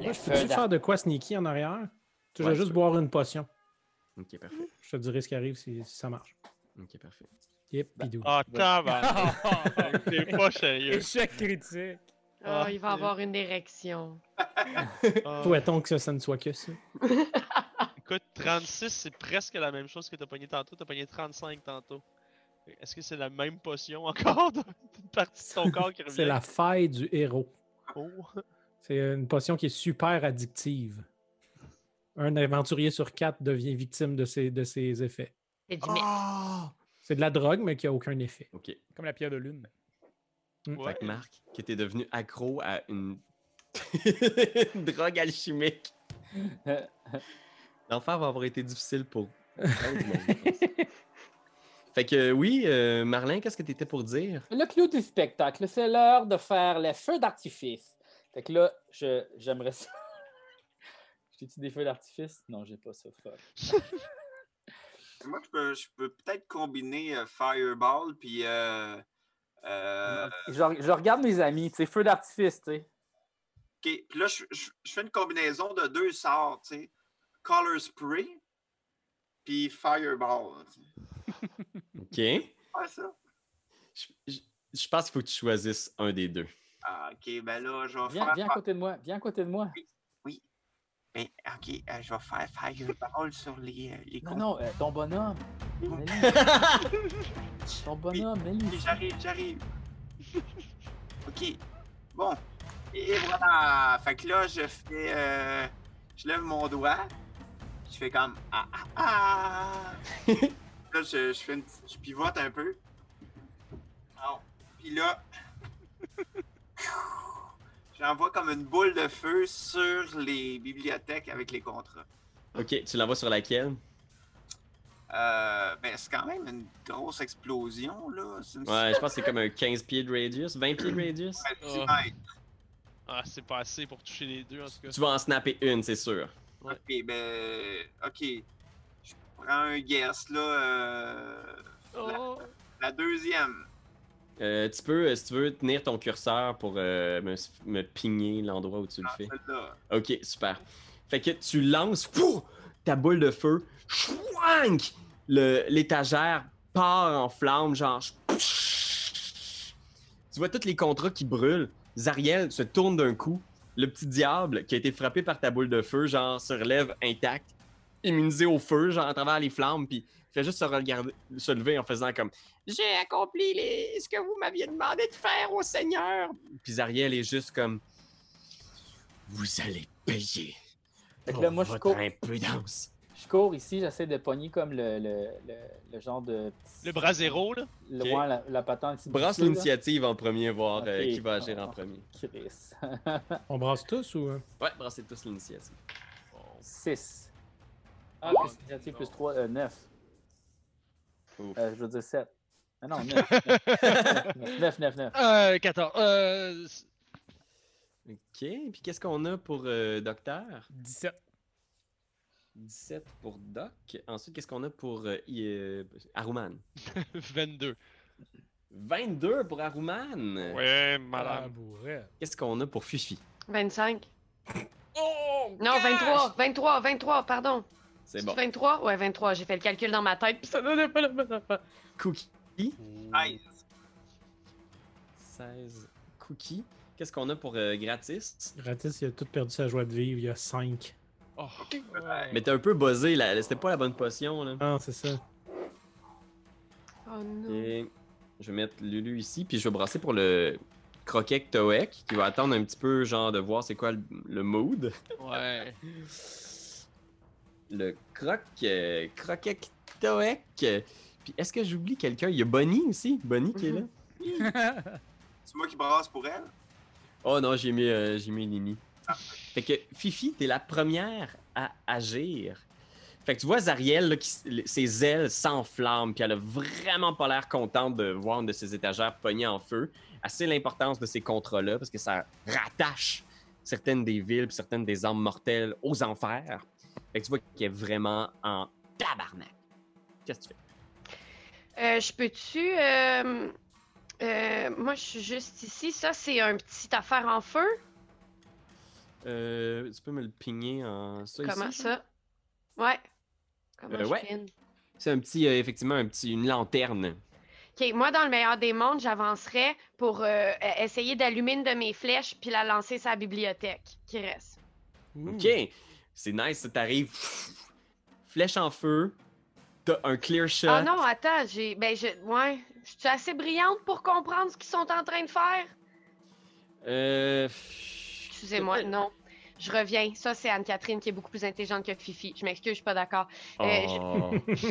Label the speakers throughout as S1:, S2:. S1: je peux
S2: Euh,
S1: tu faire de quoi sneaky en arrière? Tu vas
S3: Ouais, tu
S1: juste
S3: peux.
S1: boire une potion.
S3: Ok, parfait.
S1: Je te dirai ce qui arrive si, si ça marche.
S3: Ok, parfait.
S1: Yep, pidou.
S4: Ah, tabarnak. T'es pas sérieux.
S5: Échec critique.
S4: Ah,
S2: Ah, il va
S4: c'est-
S2: avoir une érection.
S4: Ah.
S1: Souhaitons que ça, ça ne soit que ça.
S4: Écoute, 36, c'est presque la même chose que t'as pogné tantôt. T'as pogné 35 tantôt. Est-ce que c'est la même potion encore d'une partie de ton corps qui revient?
S1: C'est la faille du héros.
S4: Oh.
S1: C'est une potion qui est super addictive. Un aventurier sur quatre devient victime de ses, de ses effets.
S2: C'est
S3: Ah.
S2: du merde.
S1: C'est de la drogue, mais qui n'a aucun effet.
S3: Ok. Fait
S5: Comme la pierre de lune.
S4: Ouais.
S3: que Marc, qui était devenu accro à une, une drogue alchimique. L'enfer va avoir été difficile pour. plein de monde, je pense. fait que oui, euh, Marlin, qu'est-ce que t'étais pour dire?
S6: Le clou du spectacle, c'est l'heure de faire les feux d'artifice. Fait que là, je- j'aimerais ça. J'ai-tu des feux d'artifice? Non, j'ai pas ça. fuck.
S7: Moi, je peux, je peux peut-être combiner euh, Fireball puis. Euh, euh,
S6: Je, je regarde mes amis, tu sais, feux d'artifice, tu sais.
S7: ok. Puis là, je, je- je fais une combinaison de deux sorts, tu sais. Color Spray puis Fireball. tu sais.
S3: Ok.
S7: Ouais, ça.
S3: Je, je- je pense qu'il faut que tu choisisses un des deux.
S7: Ah, ok, ben là, je vais
S6: Viens,
S7: faire.
S6: viens à côté de moi, viens à côté de moi.
S7: Ben, ok, euh, je vais faire Fireball sur les, euh, les
S6: Non,
S7: cons-
S6: non, euh, ton bonhomme. Mets-le. ton bonhomme, mets-le.
S7: Ok, J'arrive, j'arrive. ok. Bon. Et voilà. Fait que là, je fais. euh, je lève mon doigt. Je fais comme. Ah ah ah. là, je, je fais une petite- Je pivote un peu. Non. Puis là. J'envoie comme une boule de feu sur les bibliothèques avec les contrats.
S3: Ok, tu l'envoies sur laquelle?
S7: Euh, ben, c'est quand même une grosse explosion, là. C'est une
S3: Ouais, je pense que c'est comme un 15 pieds de radius, 20 pieds de radius.
S7: centimètre.
S4: Ah, c'est pas assez pour toucher les deux en tout cas.
S3: Tu vas en snapper une, c'est sûr.
S7: Ok, ben. Ok. Je prends un guess, là. euh,
S4: Oh.
S7: la deuxième.
S3: Euh, tu peux, euh, si tu veux, tenir ton curseur pour euh, me, me pigner l'endroit où tu le
S7: Ah,
S3: fais.
S7: celle-là.
S3: Ok, super. Fait que tu lances fou, ta boule de feu, schwank! Le- L'étagère part en flammes, genre. ch- Tu vois tous les contrats qui brûlent. Zariel se tourne d'un coup. Le petit diable qui a été frappé par ta boule de feu, genre, se relève intact, immunisé au feu, genre, à travers les flammes, puis fait juste se, regarder, se lever en faisant comme J'ai accompli les- ce que vous m'aviez demandé de faire au Seigneur. Puis Zariel est juste comme vous allez payer.
S6: Fait que là,
S3: pour
S6: moi, je
S3: Oh, votre
S6: cours.
S3: impudence.
S6: Je cours ici, j'essaie de pogner comme le, le, le, le genre de.
S4: Le bras zéro, là.
S6: Le,
S3: Ok.
S6: ouais, la, la patente. ici,
S3: Brasse
S6: là.
S3: l'initiative en premier, voir euh,
S6: Ok.
S3: qui va agir en premier.
S6: Chris.
S1: On brasse tous ou. euh?
S3: Ouais, brassez tous l'initiative.
S6: 6. Ah,
S4: Bon.
S6: plus initiative plus 3, 9.
S3: Ouf.
S6: Euh, je veux dire 7. Ah non, 9. 9, 9, 9.
S4: Euh, 14. Euh. c'est-
S3: Ok, puis qu'est-ce qu'on a pour euh, Docteur
S5: 17.
S3: 17 pour Doc. Ensuite, qu'est-ce qu'on a pour euh, I- euh, Aruman
S4: 22.
S3: 22 pour Aruman.
S4: Ouais,
S5: Madame
S4: madame.
S5: Bourret.
S3: Qu'est-ce qu'on a pour Fifi
S2: 25.
S4: Oh!
S2: Non, 23. 23, 23, pardon.
S3: C'est bon.
S2: 23? Ouais, 23. J'ai fait le calcul dans ma tête, puis ça donnait pas la bonne affaire.
S3: Cookie.
S7: Nice.
S3: 16 Cookie. Qu'est-ce qu'on a pour euh, Gratis
S1: Gratis, il a tout perdu sa joie de vivre. Il y a cinq.
S4: Oh.
S3: Mais t'es un peu buzzé, là. C'était pas la bonne potion, là.
S1: Ah, c'est ça.
S2: Oh non.
S3: Et je vais mettre Lulu ici, puis je vais brasser pour le croquet Toek, qui va attendre un petit peu, genre, de voir c'est quoi le, le mood.
S4: Ouais.
S3: Le croc, euh, croquet Toek. Puis est-ce que j'oublie quelqu'un? Il y a Bonnie aussi, Bonnie qui est là.
S7: C'est moi qui brasse pour elle.
S3: Oh non, j'ai mis, euh, j'ai mis Nini. Fait que Fifi, t'es la première à agir. Fait que tu vois Zariel, là, qui s- les- ses ailes s'enflamment, puis elle a vraiment pas l'air contente de voir une de ses étagères pognées en feu. Assez l'importance de ces contrats-là, parce que ça rattache certaines des villes, puis certaines des armes mortelles aux enfers. Fait que tu vois qu'elle est vraiment en tabarnak. Qu'est-ce que tu fais?
S2: Euh, je peux-tu. euh, euh, moi, je suis juste ici. Ça, c'est un petit affaire en feu.
S3: Euh, tu peux me le pigner en. ça ici?
S2: Comment ça? Ouais. Comment
S3: Euh,
S2: je
S3: ouais.
S2: pine?
S3: C'est un petit, euh, effectivement, un petit, une lanterne.
S2: OK, moi, dans le meilleur des mondes, j'avancerais pour euh, euh, essayer d'allumer une de mes flèches puis la lancer sur la bibliothèque qui reste.
S3: Ok, c'est nice, ça t'arrive. Flèche en feu. T'as un clear shot.
S2: Ah non, attends, j'ai. Ben, je. Ouais. Je suis assez brillante pour comprendre ce qu'ils sont en train de faire.
S3: Euh,
S2: Excusez-moi, non. Je reviens. Ça, c'est Anne-Catherine qui est beaucoup plus intelligente que Fifi. Je m'excuse, je suis pas d'accord. Euh, je-
S3: Oh. c'est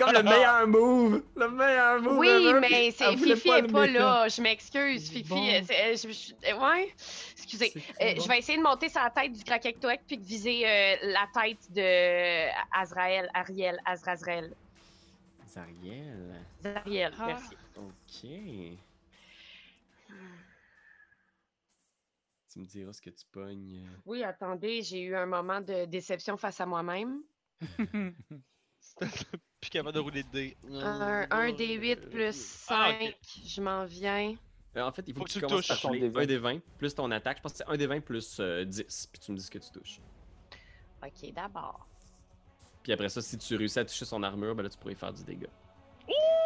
S3: comme le meilleur move. Le meilleur move.
S2: Oui,
S3: ever.
S2: mais c'est-
S3: Elle voulait
S2: Fifi
S3: pas
S2: est pas
S3: admettre ça.
S2: là. Je m'excuse, Fifi.
S3: Bon.
S2: euh, c'est- euh, je- je- ouais. Excusez.
S3: C'est
S2: Euh,
S3: bon.
S2: Je vais essayer de monter sur la tête du Krakatoak puis de viser euh, la tête de euh, Azrael, Ariel, Azrazrael.
S3: Zariel.
S2: Ariel,
S3: Ah.
S2: merci.
S3: Ok. Tu me diras ce que tu pognes.
S2: Oui, attendez, j'ai eu un moment de déception face à moi-même.
S4: Puis capable de rouler de dés.
S2: Un, un des 8 plus
S4: Ah,
S2: 5,
S4: ok.
S2: je m'en viens.
S3: Euh, en fait, il faut,
S4: Faut
S3: que,
S4: que
S3: tu
S4: tu
S3: commences
S4: touches
S3: par
S6: ton
S3: rouler
S6: D20.
S3: un des 20 plus ton attaque. Je pense que c'est un des 20 plus euh, 10. Puis tu me dis ce que tu touches.
S2: Ok, d'abord.
S3: Puis après ça, si tu réussis à toucher son armure, ben là, tu pourrais faire du dégât.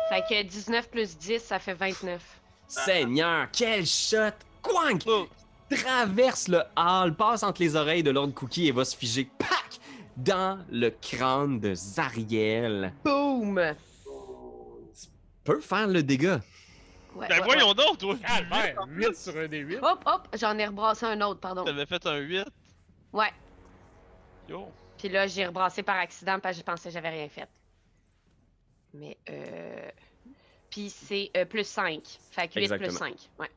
S2: Fait que 19 plus 10, ça fait 29.
S3: Seigneur, quel shot! Quank!
S4: Oh.
S3: Traverse le hall, passe entre les oreilles de Lord Cookie et va se figer, pac! Dans le crâne de Zariel.
S2: Boum! Ouais,
S3: Peut faire le dégât.
S2: ouais,
S4: Ben voyons donc, toi!
S5: Albert, 8 sur un des 8.
S2: ouais. Hop, hop, j'en ai rebrassé un autre, pardon.
S4: T'avais fait un 8.
S2: Ouais.
S4: Yo.
S2: Puis là, j'ai rebrassé par accident parce que je pensais que j'avais rien fait. Mais euh. Puis c'est euh, plus 5. Fait que 8 plus
S3: Exactement.
S2: 5. Ouais.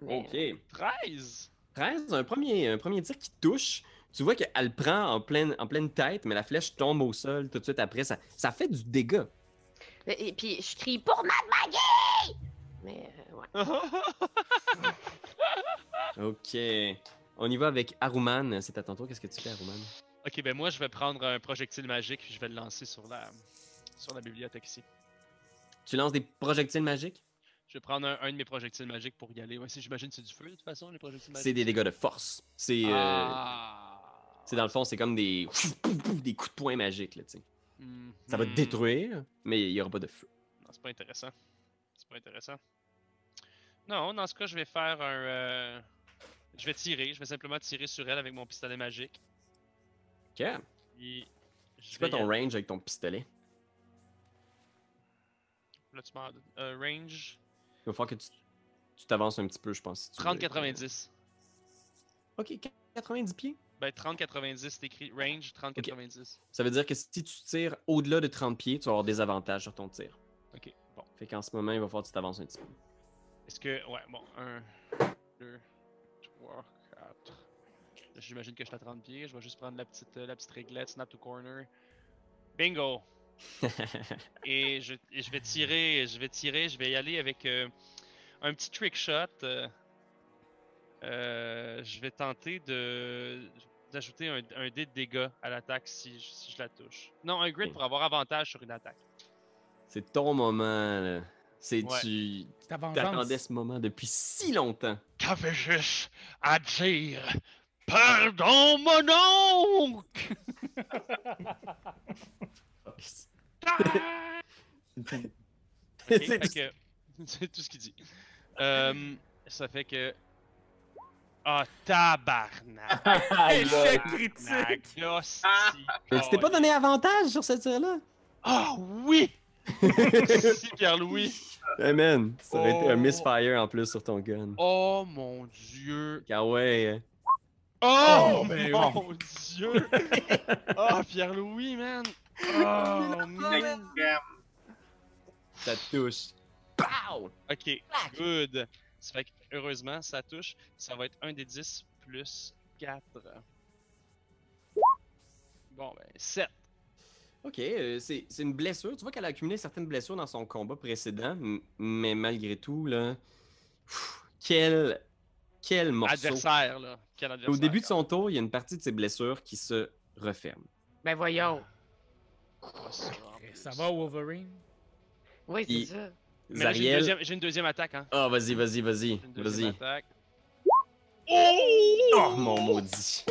S2: Mais,
S3: Ok.
S4: 13!
S3: 13, un premier, un premier tir qui touche. Tu vois qu'elle prend en pleine, en pleine tête, mais la flèche tombe au sol tout de suite après. Ça, ça fait du dégât.
S2: euh, Et puis je crie pour Mad Maggie! Mais euh, ouais.
S3: Ok. On y va avec Aruman. C'est à ton tour. Qu'est-ce que tu fais, Aruman?
S4: Ok, ben moi je vais prendre un projectile magique, je vais le lancer sur la, sur la bibliothèque ici.
S3: Tu lances des projectiles magiques?
S4: Je vais prendre un, un de mes projectiles magiques pour y aller. Ouais, si j'imagine que c'est du feu de toute façon, les projectiles
S3: C'est
S4: magiques.
S3: des dégâts de force. C'est. euh,
S4: Ah.
S3: C'est dans le fond, c'est comme des, des coups de poing magiques. Là, tu sais.
S4: Mhm.
S3: ça va te détruire, mais il n'y aura pas de feu.
S4: Non, c'est pas intéressant. C'est pas intéressant. Non, dans ce cas, je vais faire un. euh, Je vais tirer, je vais simplement tirer sur elle avec mon pistolet magique.
S3: Ok.
S4: Puis. je
S3: C'est quoi
S4: vais y
S3: ton
S4: aller.
S3: range avec ton pistolet?
S4: Là, tu m'en donnes- euh, range
S3: Il va falloir que tu tu t'avances un petit peu, je pense. si tu veux.
S4: 30-90.
S3: Ok, 90 pieds.
S4: Ben 30-90, c'est écrit range 30-90.
S3: Ça veut dire que si tu tires au-delà de 30 pieds, tu vas avoir des avantages sur ton tir.
S4: Ok, bon.
S3: Fait qu'en ce moment, il va falloir que tu t'avances un petit peu.
S4: Est-ce que. Ouais, bon, 1, 2, 3, 4. J'imagine que je suis à 30 pieds. Je vais juste prendre la petite, euh, la petite réglette, snap to corner. Bingo! Et je, et je vais tirer, je vais tirer, je vais y aller avec euh, un petit trick shot. euh, euh, je vais tenter de d'ajouter un, un dé de dégâts à l'attaque si, je- si je la touche. Non, un grid
S3: Ok.
S4: pour avoir avantage sur une attaque.
S3: c'est ton moment, là. C'est
S4: Ouais.
S3: tu.
S5: C'est ta vengeance.
S3: T'attendais ce moment depuis si longtemps.
S4: T'avais juste à dire Pardon mon oncle! Ok,
S3: C'est
S4: fait
S3: tout-
S4: que- C'est tout ce qu'il dit. Euh, ça fait que. Ah, tabarnak!
S5: Échec
S4: Tabarnak,
S5: critique.
S4: là, si-
S3: Mais tu t'es pas donné avantage sur ce tir-là?
S4: Ah oui! Merci Pierre-Louis!
S3: Amen. Ça aurait été un
S4: Oh.
S3: misfire en plus sur ton gun.
S4: Oh mon dieu!
S3: Ah ouais. hein.
S4: Oh,
S1: Oh, ben
S4: mon dieu! Ah Pierre-Louis, man! Oh man!
S3: Ça te touche. Pow!
S4: Ok, good! Ça fait que, heureusement, ça touche. Ça va être 1 des 10 plus 4. Bon, ben, 7.
S3: Ok, euh, c'est c'est une blessure. Tu vois qu'elle a accumulé certaines blessures dans son combat précédent, m- mais malgré tout, là. pff, Quel. Quel morceau.
S4: Adversaire, là. Quel adversaire.
S3: Au début de son tour, il y a une partie de ses blessures qui se referme.
S2: Ben voyons.
S4: Ah, ça va, en plus.
S5: Eh, Ça va, Wolverine?
S2: Oui, c'est
S3: Il-
S2: ça.
S4: Mais là, j'ai une,
S3: Zariel.
S4: deuxième- j'ai une deuxième attaque, hein.
S3: Ah, vas-y, vas-y, vas-y.
S4: J'ai une deuxième
S3: Vas-y.
S4: attaque.
S3: Oh mon maudit.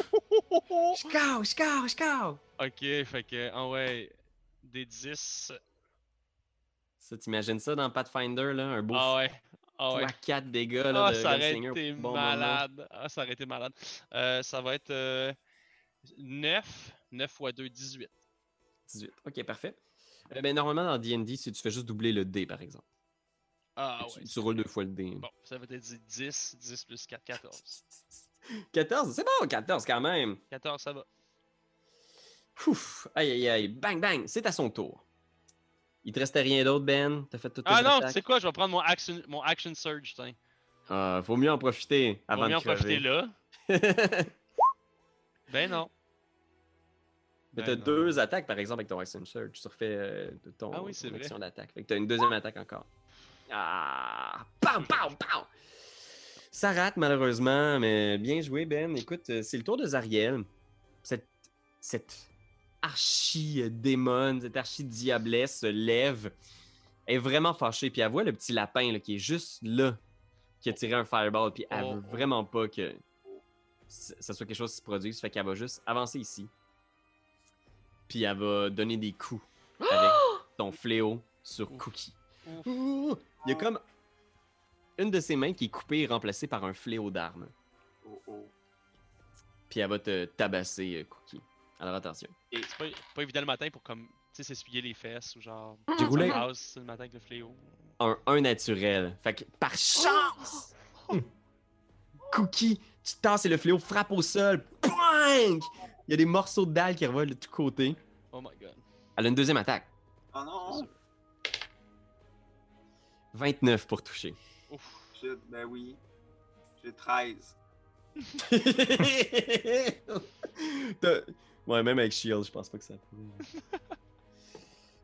S3: Chicago, Chicago, Chicago.
S4: Ok, fait que, ah ouais, des 10.
S3: Ça, t'imagines ça dans Pathfinder, là? Un beau
S4: Ah ouais, ah ouais.
S3: 4 dégâts, là,
S4: Ah,
S3: de
S4: ça aurait
S3: Gunslinger.
S4: été
S3: Bon moment.
S4: malade. Ah, ça aurait été malade. Euh, ça va être 9. 9 x 2, 18.
S3: 18. Ok, parfait. Euh, ben, normalement, dans D&D, si tu fais juste doubler le dé, par exemple.
S4: Ah
S3: tu,
S4: ouais.
S3: tu roules deux fois le dé.
S4: Bon, ça veut dire 10, 10 plus 4, 14.
S3: 14, c'est bon, 14 quand même.
S4: 14, ça va.
S3: Ouf, aïe, aïe, aïe. Bang, bang, c'est à son tour. Il te restait rien d'autre, Ben. T'as fait tout
S4: Ah non, tu sais quoi, je vais prendre mon action, mon action surge, tiens.
S3: Ah, faut mieux en profiter
S4: On
S3: avant
S4: mieux
S3: de
S4: en
S3: crever.
S4: profiter là. Ben non.
S3: Mais
S4: Ben
S3: t'as
S4: non.
S3: deux attaques, par exemple, avec ton Action Surge. Tu refais euh, ton,
S4: Ah oui, c'est
S3: ton
S4: vrai.
S3: action d'attaque. Fait que t'as une deuxième attaque encore. Ah! Pow, pow, pow! Ça rate, malheureusement, mais bien joué, Ben. Écoute, euh, c'est le tour de Zariel. Cette, cette archi-démon, euh, cette archi-diablesse se lève. Elle est vraiment fâchée, puis elle voit le petit lapin là, qui est juste là, qui a tiré un fireball, puis elle
S4: Oh,
S3: veut
S4: oh.
S3: vraiment pas que c- ça soit quelque chose qui se produise. Fait qu'elle va juste avancer ici puis elle va donner des coups avec ton fléau sur
S4: Ouf.
S3: Cookie.
S4: Ouf. Oh.
S3: Ouh! Il y a comme une de ses mains qui est coupée et remplacée par un fléau d'armes.
S7: Oh, oh.
S3: Puis elle va te tabasser, euh, Cookie. Alors attention.
S4: C'est pas, pas évident le matin pour comme, tu sais, s'essuyer les fesses ou genre.
S3: J'ai
S4: ça
S3: roulé.
S4: passe le matin avec le fléau.
S3: Un 1 naturel. Fait que par chance! Hmm. Cookie, tu tasses et le fléau frappe au sol. Poing! Il y a des morceaux de dalle qui revolent de tous côtés.
S4: Oh my god.
S3: Elle a une deuxième attaque.
S7: Oh non!
S3: 29 pour toucher.
S4: Ouf.
S7: Shit, ben oui. J'ai 13.
S3: T'as- ouais, même avec Shield, je pense pas que ça peut.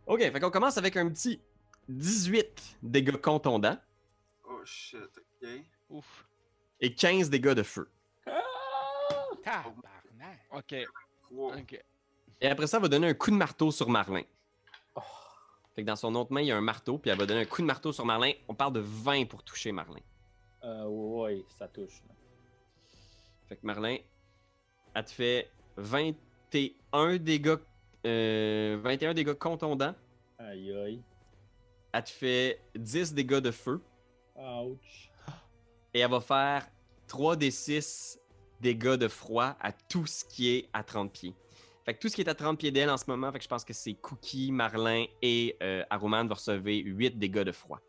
S3: ok, fait qu'on commence avec un petit 18 dégâts contondants
S7: Oh shit, ok.
S4: Ouf.
S3: et 15 dégâts de feu.
S5: Tabarnak.
S4: Ok,
S7: Wow.
S4: ok.
S3: Et après ça, elle va donner un coup de marteau sur Marlin.
S6: Oh.
S3: Fait que dans son autre main, il y a un marteau, puis elle va donner un coup de marteau sur Marlin. On parle de 20 pour toucher Marlin.
S6: Euh, oui, ça touche.
S3: Fait que Marlin, elle te fait 21 dégâts, euh, 21 dégâts contondants.
S6: Aïe aïe.
S3: Elle te fait 10 dégâts de feu.
S6: Ouch.
S3: et elle va faire 3d6 dégâts de froid à tout ce qui est à 30 pieds. Fait que tout ce qui est à 30 pieds d'elle en ce moment, fait que je pense que c'est Cookie, Marlin et euh, Aroman vont recevoir 8 dégâts de froid.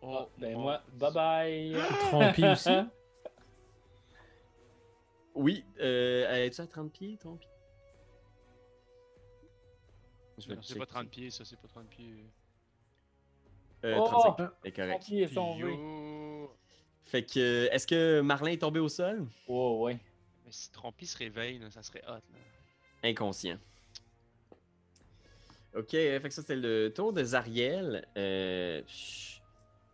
S4: Oh,
S6: ben
S4: mon-
S6: moi, bye bye.
S1: Trompi aussi.
S3: Oui, euh, es-tu à 30 pieds, ton pied? Je vais
S4: Non,
S3: le
S4: C'est pas
S3: checker.
S4: 30 pieds, ça, c'est pas 30 pieds.
S3: Euh,
S6: Oh!
S3: 35 pieds, c'est correct.
S6: Qui est son V?
S4: Yo.
S3: Fait que, euh, est-ce que Marlin est tombé au sol?
S6: Oh, ouais.
S4: Mais si Trompi se réveille, là, ça serait hot. Là.
S3: Inconscient. Ok, euh, fait que ça c'était le tour de Zariel. Euh, je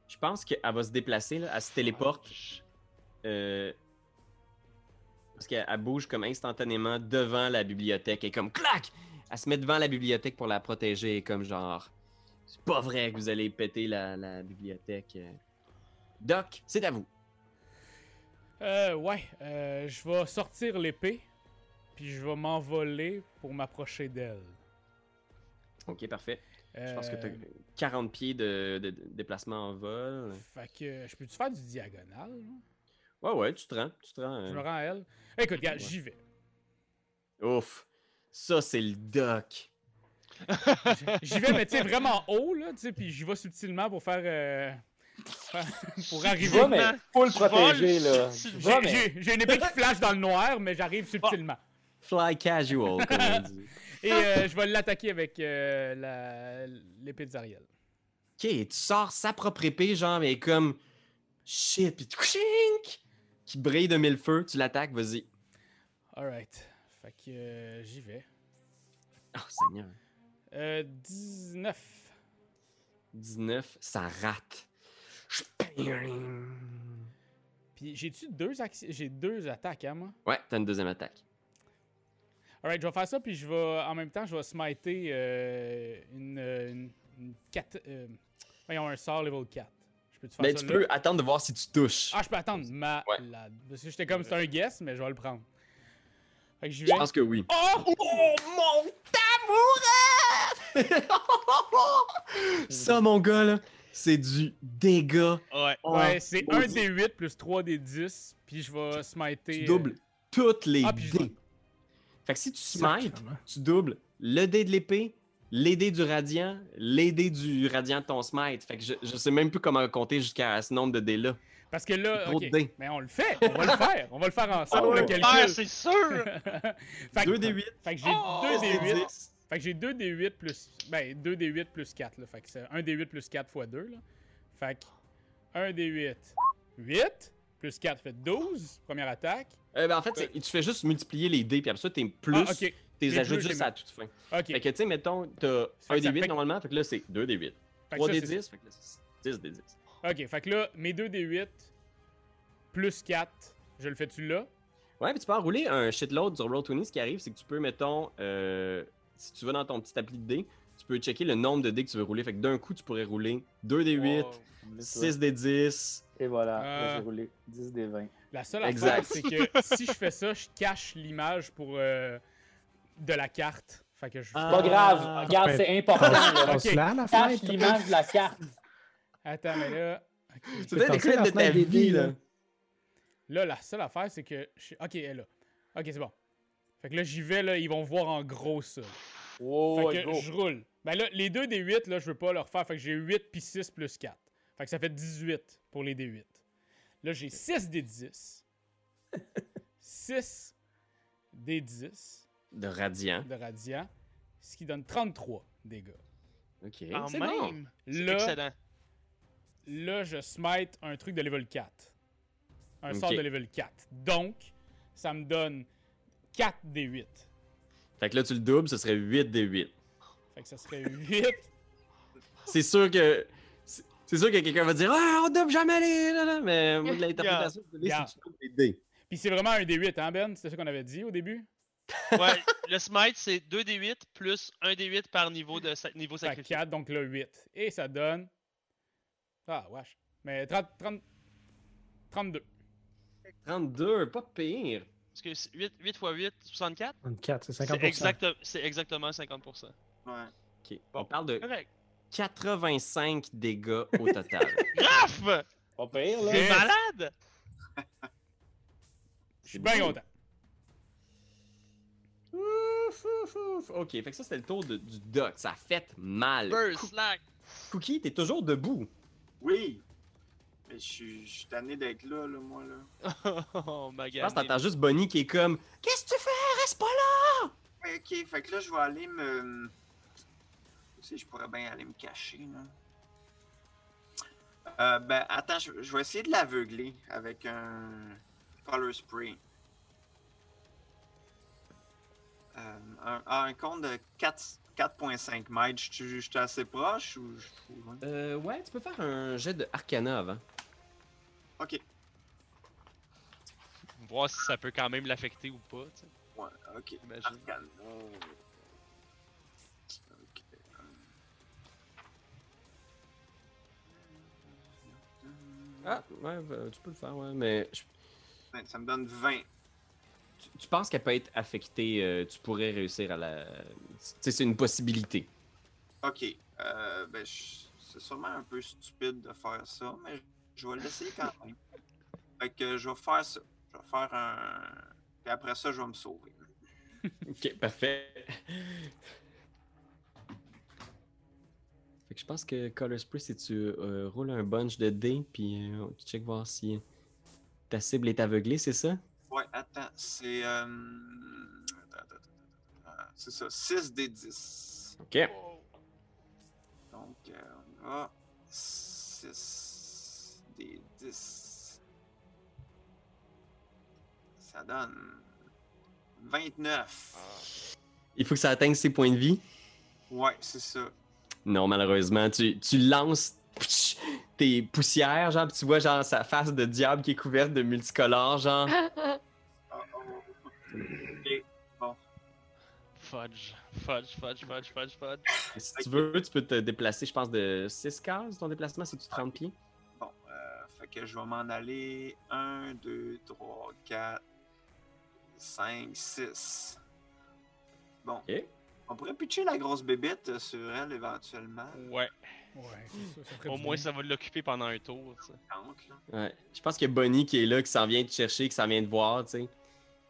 S3: je pense qu'elle va se déplacer, là. elle se téléporte. euh, parce qu'elle elle bouge comme instantanément devant la bibliothèque et comme clac, elle se met devant la bibliothèque pour la protéger et comme genre, c'est pas vrai que vous allez péter la, la bibliothèque. Euh, Doc, c'est à vous.
S5: Euh, ouais, euh, je vais sortir l'épée, puis je vais m'envoler pour m'approcher d'elle.
S3: Ok, parfait. Je pense que
S5: Euh,
S3: t'as 40 pieds de, de- de déplacement en vol.
S5: Fait que je peux-tu faire du diagonal? là?
S3: Ouais, ouais, tu te rends. Tu te rends
S5: Je
S3: euh.
S5: me rends à elle. Écoute, gars,
S3: Ouais.
S5: j'y vais.
S3: Ouf, ça c'est le doc.
S5: J'y vais, mais tu sais, vraiment haut, là, tu sais, puis j'y vais subtilement pour faire. euh, pour
S6: Je
S5: arriver.
S6: vais, mais faut le protéger, là. Je
S5: J'ai-
S6: vais, mais.
S5: J'ai j'ai une épée qui flash dans le noir, mais
S3: Ah.
S5: j'arrive subtilement.
S3: Fly casual, comme on dit.
S5: Et euh, je vais l'attaquer avec euh, la- l'épée de Zariel.
S3: Ok, tu sors sa propre épée, genre, mais comme shit, puis tu chink, qui brille de mille feux, tu l'attaques, vas-y.
S5: Alright. Fait que euh, j'y vais.
S3: Oh Seigneur.
S5: Euh, 19.
S3: 19, ça rate.
S5: Puis j'ai-tu deux actions? J'ai deux attaques, hein, moi?
S3: Ouais, t'as une deuxième attaque.
S5: Alright, je vais faire ça, puis je vais, en même temps, je vais smiter euh, une, euh, une, une quatre- euh, voyons, un sort level 4. Je peux-tu faire
S3: Mais
S5: ça
S3: Ben, tu
S5: là?
S3: peux attendre de voir si tu touches.
S5: Ah, je peux attendre. Malade. Parce que j'étais comme, c'est un guess, mais je vais le prendre. Fait que j'y
S3: Je
S5: vais.
S3: pense que oui.
S5: Oh!
S3: Oh mon tamourin! Ça, mon gars, là, c'est du dégât.
S4: Ah, Ouais.
S5: Ouais, c'est
S3: Oh,
S5: 1
S3: Dieu.
S5: des 8 plus 3 des 10, puis je vais smiter.
S3: Tu
S5: euh,
S3: doubles toutes les
S5: Ah, puis je
S3: dés.
S5: double.
S3: Fait que si tu smites,
S1: Sacrement.
S3: tu doubles le dé de l'épée, les dés du radiant, les dés du radiant de ton smite. Fait que je, je sais même plus comment compter jusqu'à ce nombre de dés-là.
S5: Parce que là,
S3: Trop
S5: ok,
S3: de dés.
S5: mais on le fait, on va le faire, on va le faire ensemble,
S3: On
S5: le
S3: va le
S5: calcul.
S4: Ah, c'est sûr!
S5: fait, que,
S3: 2 des 8,
S5: fait que j'ai
S4: Oh,
S5: 2
S3: des
S5: des 8,
S3: 10.
S5: fait que j'ai 2 des 8 plus, ben 2 des 8 plus 4, là, fait que c'est 1 des 8 plus 4 fois 2, là. Fait que 1 des 8, 8 plus 4 fait 12, première attaque.
S3: Euh, ben, en fait, c'est- tu fais juste multiplier les dés, puis après ça, t'es plus,
S5: Ah, ok,
S3: t'es
S5: Les
S3: ajoutes
S5: plus,
S3: juste
S5: j'ai
S3: à toute fin.
S5: ok,
S3: Fait que, tu sais, mettons, t'as
S5: Ça fait
S3: 1
S5: que
S3: des
S5: ça
S3: 8
S5: fait-
S3: normalement, fait que là, c'est 2 des 8.
S5: Fait que
S3: 3
S5: ça,
S3: des
S5: c'est-
S3: 10, fait que là, c'est 10 des 10.
S5: Ok, fait que là, mes 2 des 8 plus 4, je le fais-tu là?
S3: Ouais, puis tu peux enrouler un shitload sur Roll20. Ce qui arrive, c'est que tu peux, mettons, euh, si tu vas dans ton petit appli de dés, tu peux checker le nombre de dés que tu veux rouler. Fait que d'un coup, tu pourrais rouler 2 des 8,
S4: Wow.
S3: 6 des 10.
S6: Et voilà, là,
S5: Euh.
S6: j'ai roulé 10 des 20.
S5: La seule
S3: Exact.
S5: affaire, c'est que si je fais ça, je cache l'image pour euh, de la carte. Fait que je.
S3: Ah.
S6: Pas grave, regarde, c'est important. là.
S1: On se l'a à la
S6: Cache
S1: fête.
S6: l'image de la carte.
S5: Attends, mais là.
S3: C'est peut-être
S1: censé la
S3: l'éclat de ta
S1: fenêtre des
S3: vie,
S1: dés,
S3: là.
S1: là.
S5: Là, la seule affaire, c'est que. je suis- Ok, elle est là. Ok, c'est bon. Fait que là, j'y vais, là, ils vont voir en gros ça. Fait
S6: Wow,
S5: que
S6: Oh, go.
S5: je roule. Ben là, les deux des 8, là, je veux pas leur faire. Fait que j'ai 8 puis 6 plus 4. Fait que ça fait 18 pour les D8. Là, j'ai 6 des 10. 6 des 10
S3: De radiant.
S5: de radiant, ce qui donne 33 dégâts.
S3: Ok.
S4: Quand
S3: c'est
S4: même!
S3: bon.
S4: C'est
S5: Là,
S4: Excellent.
S5: là, je smite un truc de level 4. Un
S3: Ok.
S5: sort de level 4. Donc, ça me donne 4 des 8.
S3: Fait que là, tu le doubles, ce serait 8 des 8.
S5: Fait que ça serait 8.
S3: C'est sûr que. c'est- C'est sûr que quelqu'un va dire Ah, on double jamais les. Là, là. Mais moi, de l'interprétation, que je donne, c'est
S5: Yeah.
S3: que tu doubles les dés.
S5: Puis c'est vraiment un des 8, hein, Ben? C'est ça qu'on avait dit au début?
S4: Ouais, le smite, c'est 2d8 plus 1d8 par niveau, de sa- niveau
S5: Fait que
S4: sacrifice.
S5: 4, donc là, 8. Et ça donne. Ah, wesh. Mais 30, 30 32.
S3: 32, pas pire.
S4: Parce que c'est 8, 8 x 8, 64.
S1: 34, c'est 50
S4: C'est exact, c'est exactement 50%.
S7: Ouais.
S3: Ok. On parle de
S4: Correct.
S3: 85 dégâts au total.
S4: Grave!
S6: Pas pire, là.
S4: T'es
S5: Yes.
S4: malade!
S5: Je suis bien
S3: beau.
S5: content.
S3: Ouf, ouf, ouf. Ok, fait que ça, c'était le tour de- du doc. Ça a fait mal.
S4: Burst,
S3: Cou-
S4: slack!
S3: Cookie, t'es toujours debout.
S7: Oui! Mais je suis je suis tanné d'être là, là, moi, là.
S4: Oh, ma
S3: Je pense que t'entends juste Bonnie qui est comme Qu'est-ce que tu fais Reste pas là
S7: Ouais, Ok, fait que là, je vais aller me. Tu sais, je pourrais bien aller me cacher, là. Euh, ben, attends, je, je vais essayer de l'aveugler avec un color spray. Euh, un, ah, un compte de 4 4.5 mètres. Je suis- je suis assez proche ou je trouve. loin?
S3: Euh, ouais, tu peux faire un jet de hein. Arcana avant.
S7: Ok,
S4: Voir si ça peut quand même l'affecter ou pas, tu sais,
S7: ouais, ok.
S4: j'imagine.
S7: Arcana. Ok.
S3: Ah, ouais, euh, tu peux le faire, ouais, mais je-
S7: Ouais, Ben, Ça me donne 20.
S3: tu, tu penses qu'elle peut être affectée, euh, tu pourrais réussir à la. Tu sais, c'est une possibilité.
S7: Ok. Euh, ben, je- c'est sûrement un peu stupide de faire ça, mais je vais l'essayer quand même. Fait que je vais faire ça. Je vais faire un. Puis après ça, je vais me sauver.
S3: Ok, parfait. Fait que je pense que Color Spray, c'est tu euh, roules un bunch de dés, puis euh, tu check voir si ta cible est aveuglée, c'est ça?
S7: Ouais, attends. C'est. euh, attends, attends, attends, attends. C'est ça. 6 des 10.
S3: Ok.
S7: Donc, euh, on y va. 6 des 10. Ça donne. 29.
S3: Il faut que ça atteigne ses points de vie.
S7: Ouais, c'est ça.
S3: Non, malheureusement, tu, tu lances ptch, tes poussières, genre, puis tu vois genre sa face de diable qui est couverte de multicolores, genre.
S7: Oh, oh.
S4: Fudge, fudge, fudge, fudge, fudge, fudge.
S3: si tu veux, tu peux te déplacer, je pense, de 6 cases. Ton déplacement, c'est-tu 30 pieds?
S7: Bon, euh, fait que je vais m'en aller. 1, 2, 3, 4, 5, 6. Bon.
S3: Ok.
S7: On pourrait pitcher la grosse bébête sur elle éventuellement.
S4: Ouais.
S5: Ouais, c'est ça. ça ferait
S4: Au
S5: du
S4: moins,
S5: bien.
S4: ça va l'occuper pendant un tour. tu sais.
S7: Donc, là.
S3: Ouais. Je pense que Bonnie qui est là, qui s'en vient te chercher, qui s'en vient te voir, tu sais.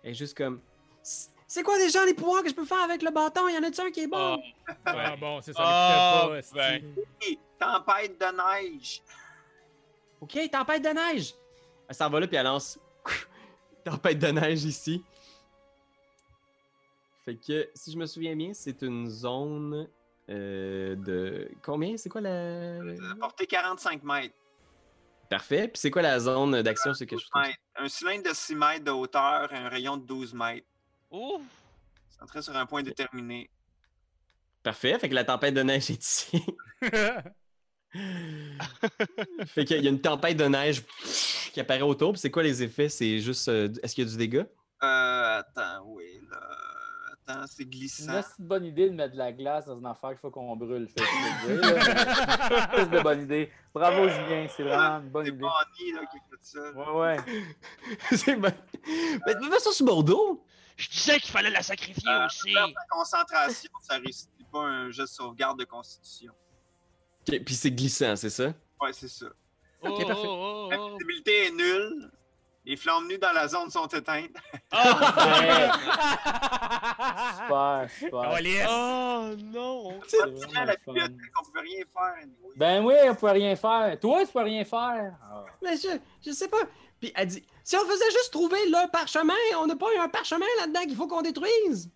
S3: Elle est juste comme. C'est c'est quoi déjà les pouvoirs que je peux faire avec le bâton? Il y en a-tu un qui est bon?
S4: Ah,
S5: Ah
S4: ouais.
S5: bon, c'est ça,
S4: Ah,
S5: l'écoutait pas,
S4: ben.
S5: hostie.
S7: Hey, tempête de neige.
S3: Ok, tempête de neige! Elle s'en va là, puis elle lance. tempête de neige ici. Fait que, si je me souviens bien, c'est une zone euh, de. Combien? C'est quoi la.
S7: Euh, Portée 45 mètres.
S3: Parfait. Puis c'est quoi la zone d'action? C'est quelque
S7: 12
S3: chose comme ça?
S7: mètres. Un cylindre de 6 mètres de hauteur et un rayon de 12 mètres.
S4: Ah. Ouf!
S7: Centré sur un point déterminé.
S3: Parfait. Fait que la tempête de neige est ici. fait qu'il y a une tempête de neige qui apparaît autour. Puis c'est quoi les effets? C'est juste. euh, Est-ce qu'il y a du dégât?
S7: Euh, attends, oui, là. Attends, c'est glissant.
S6: C'est une bonne idée de mettre de la glace dans une affaire qu'il faut qu'on brûle. Fait, que je veux dire, là. C'est une bonne idée. Bravo, Julien. C'est vraiment une bonne
S7: C'est
S6: idée.
S7: Bonnie, là, qui a fait ça.
S6: Ouais, ouais.
S3: c'est bon. Mais mais mets ça sur Bordeaux!
S4: Je disais qu'il fallait la sacrifier
S7: Euh,
S4: aussi!
S7: Perte de concentration, ça réussit pas un jeu de sauvegarde de constitution.
S3: Ok, Puis c'est glissant, c'est ça?
S7: Ouais, c'est ça.
S4: Oh,
S3: Ok, parfait.
S4: oh, oh,
S7: La
S4: oh.
S7: visibilité est nulle. Les flammes nues dans la zone sont éteintes.
S6: Ouais. super, super.
S5: Oh, yes!
S4: Oh, non!
S6: C'est
S7: On dirait à la
S6: vraiment le fun.
S7: bibliothèque, on pouvait rien faire. anyway.
S6: Ben oui, on pouvait rien faire. Toi, tu peux rien faire. Ah.
S3: Mais je, je sais pas. Puis elle dit si on faisait juste trouver le parchemin, on n'a pas eu un parchemin là-dedans qu'il faut qu'on détruise.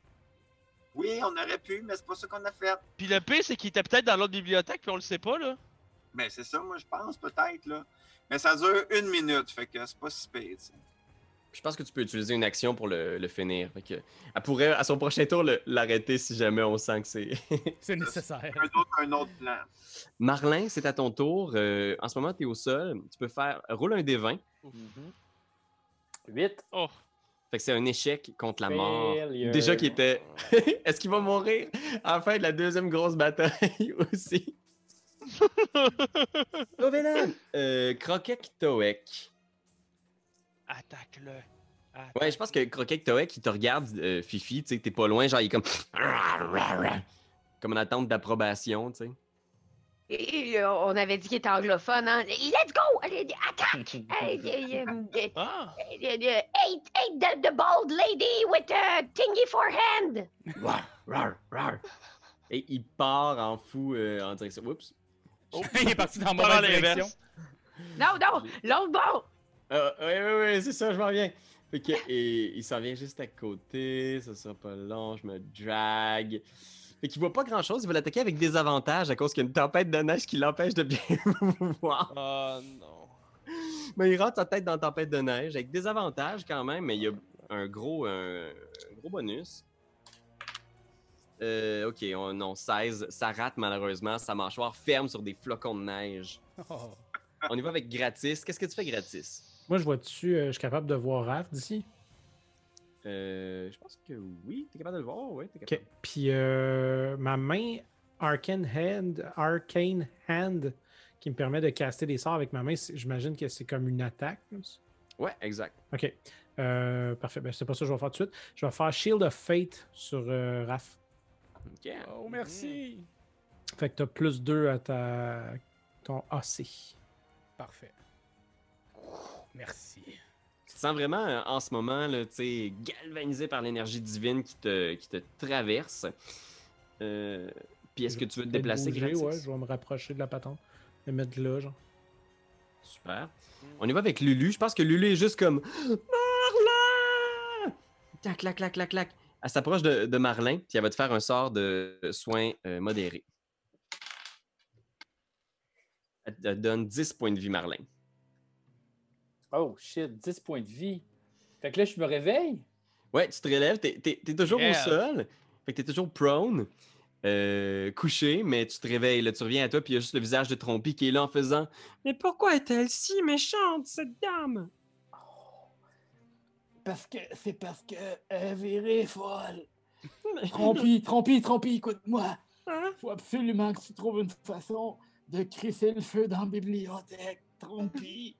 S7: Oui, on aurait pu, mais c'est pas ça qu'on a fait.
S4: Puis le pire, c'est qu'il était peut-être dans l'autre bibliothèque, puis on le sait pas, là.
S7: Mais c'est ça, moi, je pense, peut-être, là. Mais ça dure une minute, fait que c'est pas si pire, tu sais.
S3: Je pense que tu peux utiliser une action pour le, le finir. Fait que, elle pourrait, à son prochain tour, le- l'arrêter si jamais on sent que c'est.
S5: C'est nécessaire.
S7: Un autre, un autre plan.
S3: Marlin, c'est à ton tour. Euh, en ce moment, tu es au sol. Tu peux faire. Roule un des 20.
S6: Mhm. Huit.
S4: Oh!
S3: Fait que c'est un échec contre la mort.
S6: Failure.
S3: Déjà qu'il était. Est-ce qu'il va mourir à la fin de la deuxième grosse bataille aussi? Sauvez-le! Euh, Croquette Toek.
S4: Attaque-le!
S3: Ouais, je pense que Croquette Toek, il te regarde, euh, Fifi, tu sais, t'es pas loin, genre, il est comme. Comme en attente d'approbation, tu sais.
S2: Et, euh, on avait dit qu'il était anglophone, hein? Let's go! Allez, attaque! Hey, euh, euh,
S4: Ah!
S2: euh, euh, Eight, eight, the, the bald lady with a thingy forehand!
S3: Rar, rar, rar. Et il part en fou euh, en direction. Oups.
S5: Il est parti dans la
S4: oh. Pas dans
S5: mauvaise direction.
S4: l'inverse!
S2: Non, non, l'autre bon!
S3: Ah, oui, oui, oui, c'est ça, je m'en viens. Fait que, et, il s'en vient juste à côté, ça sera pas long, je me drag. Fait qu'il voit pas grand chose, il va l'attaquer avec des avantages à cause qu'il y a une tempête de neige qui l'empêche de bien vous voir.
S4: Oh, non!
S3: Mais il rentre sa tête dans la tempête de neige avec des avantages quand même, mais il y a un gros, un, un gros bonus. Euh, ok, on, non, 16, ça rate malheureusement, sa mâchoire ferme sur des flocons de neige.
S5: Oh.
S3: On y va avec gratis. Qu'est-ce que tu fais gratis?
S1: Moi, je vois dessus, je suis capable de voir Raph d'ici.
S3: Euh, je pense que oui, t'es capable de le voir, ouais, t'es capable.
S1: OK. Puis euh, ma main Arcane Hand, Arcane Hand, qui me permet de caster des sorts avec ma main, c'est- j'imagine que c'est comme une attaque. là, ça?
S3: Ouais, exact.
S1: OK. Euh, parfait. Ben, c'est pas ça que je vais faire tout de suite. Je vais faire Shield of Fate sur euh, Raph.
S3: Ok.
S5: Oh,
S4: Mm.
S5: merci.
S1: Fait que t'as plus 2 à ta... ton AC.
S5: Parfait. Merci.
S3: Tu te sens vraiment euh, en ce moment, là, tu sais, galvanisé par l'énergie divine qui te, qui te traverse. Euh, Puis est-ce que tu veux te
S1: Peut-être
S3: déplacer
S1: bouger,
S3: gratis?
S1: ouais, je vais me rapprocher de la patente. Me mettre là, genre.
S3: Super. On y va avec Lulu. Je pense que Lulu est juste comme Marlin! Clac, clac, clac, clac, clac. Elle s'approche de, de Marlin, puis elle va te faire un sort de soins euh, modérés. Elle te donne 10 points de vie, Marlin.
S6: Oh shit, 10 points de vie. Fait que là, je me réveille.
S3: Ouais, tu te relèves, t'es, t'es- t'es toujours
S4: Yeah.
S3: au sol, fait que t'es toujours prone, euh, couché, mais tu te réveilles, là, tu reviens à toi, puis il y a juste le visage de Trompi qui est là en faisant Mais pourquoi est-elle si méchante, cette dame
S6: Parce que c'est parce que elle virait folle. Trompi, trompi, trompi, écoute-moi.
S3: Hein?
S6: Faut absolument que tu trouves une façon de crisser le feu dans la bibliothèque. Trompi.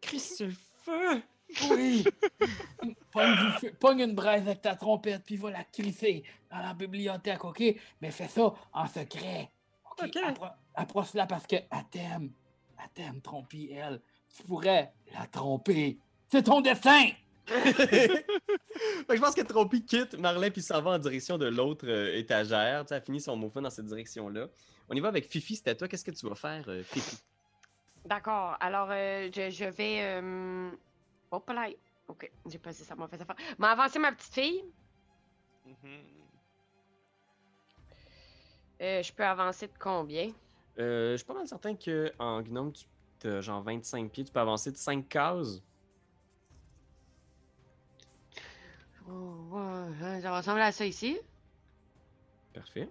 S3: Christ, le feu
S6: Oui! pogne, du feu- pogne une braise avec ta trompette, puis va la crisser dans la bibliothèque, OK? Mais fais ça en secret. OK?
S3: OK.
S6: Appro- Approche-la parce que elle t'aime. Elle t'aime, trompie, elle. Tu pourrais la tromper. C'est ton destin!
S3: fait que je pense que Trompi quitte Marlin puis s'en va en direction de l'autre euh, étagère. Tu sais, elle finit son mouvement dans cette direction-là. On y va avec Fifi, c'était à toi. Qu'est-ce que tu vas faire, euh, Fifi?
S2: D'accord. Alors, euh, je, je vais. Euh... Hop là. Ok, j'ai pas dit ça, mauvaise affaire. M'a avancé ma petite fille.
S4: Mhm.
S2: Euh, je peux avancer de combien?
S3: Euh, je suis pas mal certain qu'en Gnome, tu as genre 25 pieds, tu peux avancer de 5 cases.
S2: Oh, ouais, ça ressemble à ça ici.
S3: Parfait.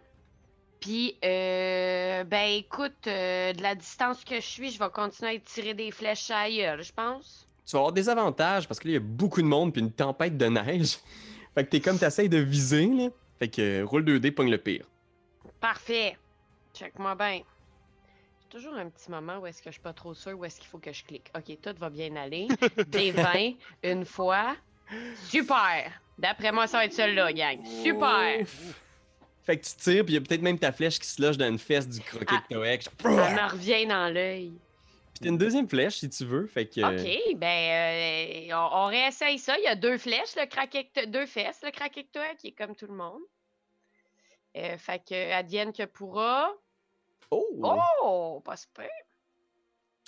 S2: Puis, euh, ben écoute, euh, de la distance que je suis, je vais continuer à tirer des flèches ailleurs, je pense.
S3: Tu vas avoir des avantages parce que là, il y a beaucoup de monde puis une tempête de neige. fait que t'es comme t'essayes de viser, là. Fait que euh, roule 2D, pogne le pire.
S2: Parfait. Check-moi bien. J'ai toujours un petit moment où est-ce que je suis pas trop sûre où est-ce qu'il faut que je clique. Ok, tout va bien aller. Des 20, une fois. Super! D'après moi, ça va être celui-là, gang. Super!
S3: Fait que tu tires, puis il y a peut-être même ta flèche qui se loge dans une fesse du croquet
S2: Ah.
S3: de Toex.
S2: Elle me revient dans l'œil.
S3: Puis t'as une deuxième flèche si tu veux. Fait que.
S2: Ok, ben, euh, on, on réessaye ça. Il y a deux flèches, le craquecte, deux fesses, le craquecte, qui est comme tout le monde. Euh, fait que, advienne que pourra.
S3: Oh!
S2: Oh, pas super.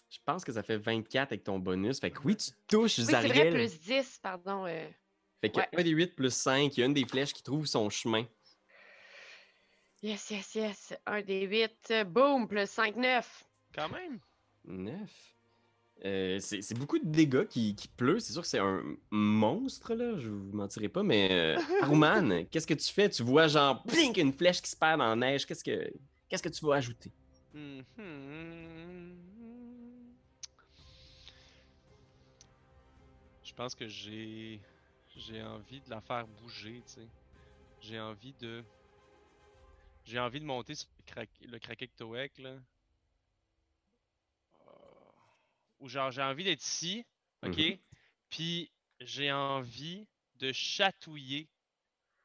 S3: Je pense que ça fait 24 avec ton bonus. Fait que oui, tu touches
S2: Oui, c'est vrai,
S3: Zariel.
S2: plus 10, pardon. euh,
S3: Fait que
S2: Ouais.
S3: 1 des 8 plus 5, il y a une des flèches qui trouve son chemin.
S2: Yes, yes, yes. 1 des 8. Boum, plus 5, 9.
S4: Quand même.
S3: 9. Euh, c'est c'est beaucoup de dégâts qui, qui pleut. C'est sûr que c'est un monstre, là. Je vous mentirai pas, mais euh, Haruman, qu'est-ce que tu fais? Tu vois genre blink une flèche qui se perd dans la neige. Qu'est-ce que qu'est-ce que tu vas ajouter?
S4: Hmm. Mhm. Je pense que j'ai j'ai envie de la faire bouger, tu sais. J'ai envie de j'ai envie de monter sur le, cra... le Krakektoek, là. Euh, Ou genre j'ai envie d'être ici, ok.
S3: Mhm.
S4: Puis j'ai envie de chatouiller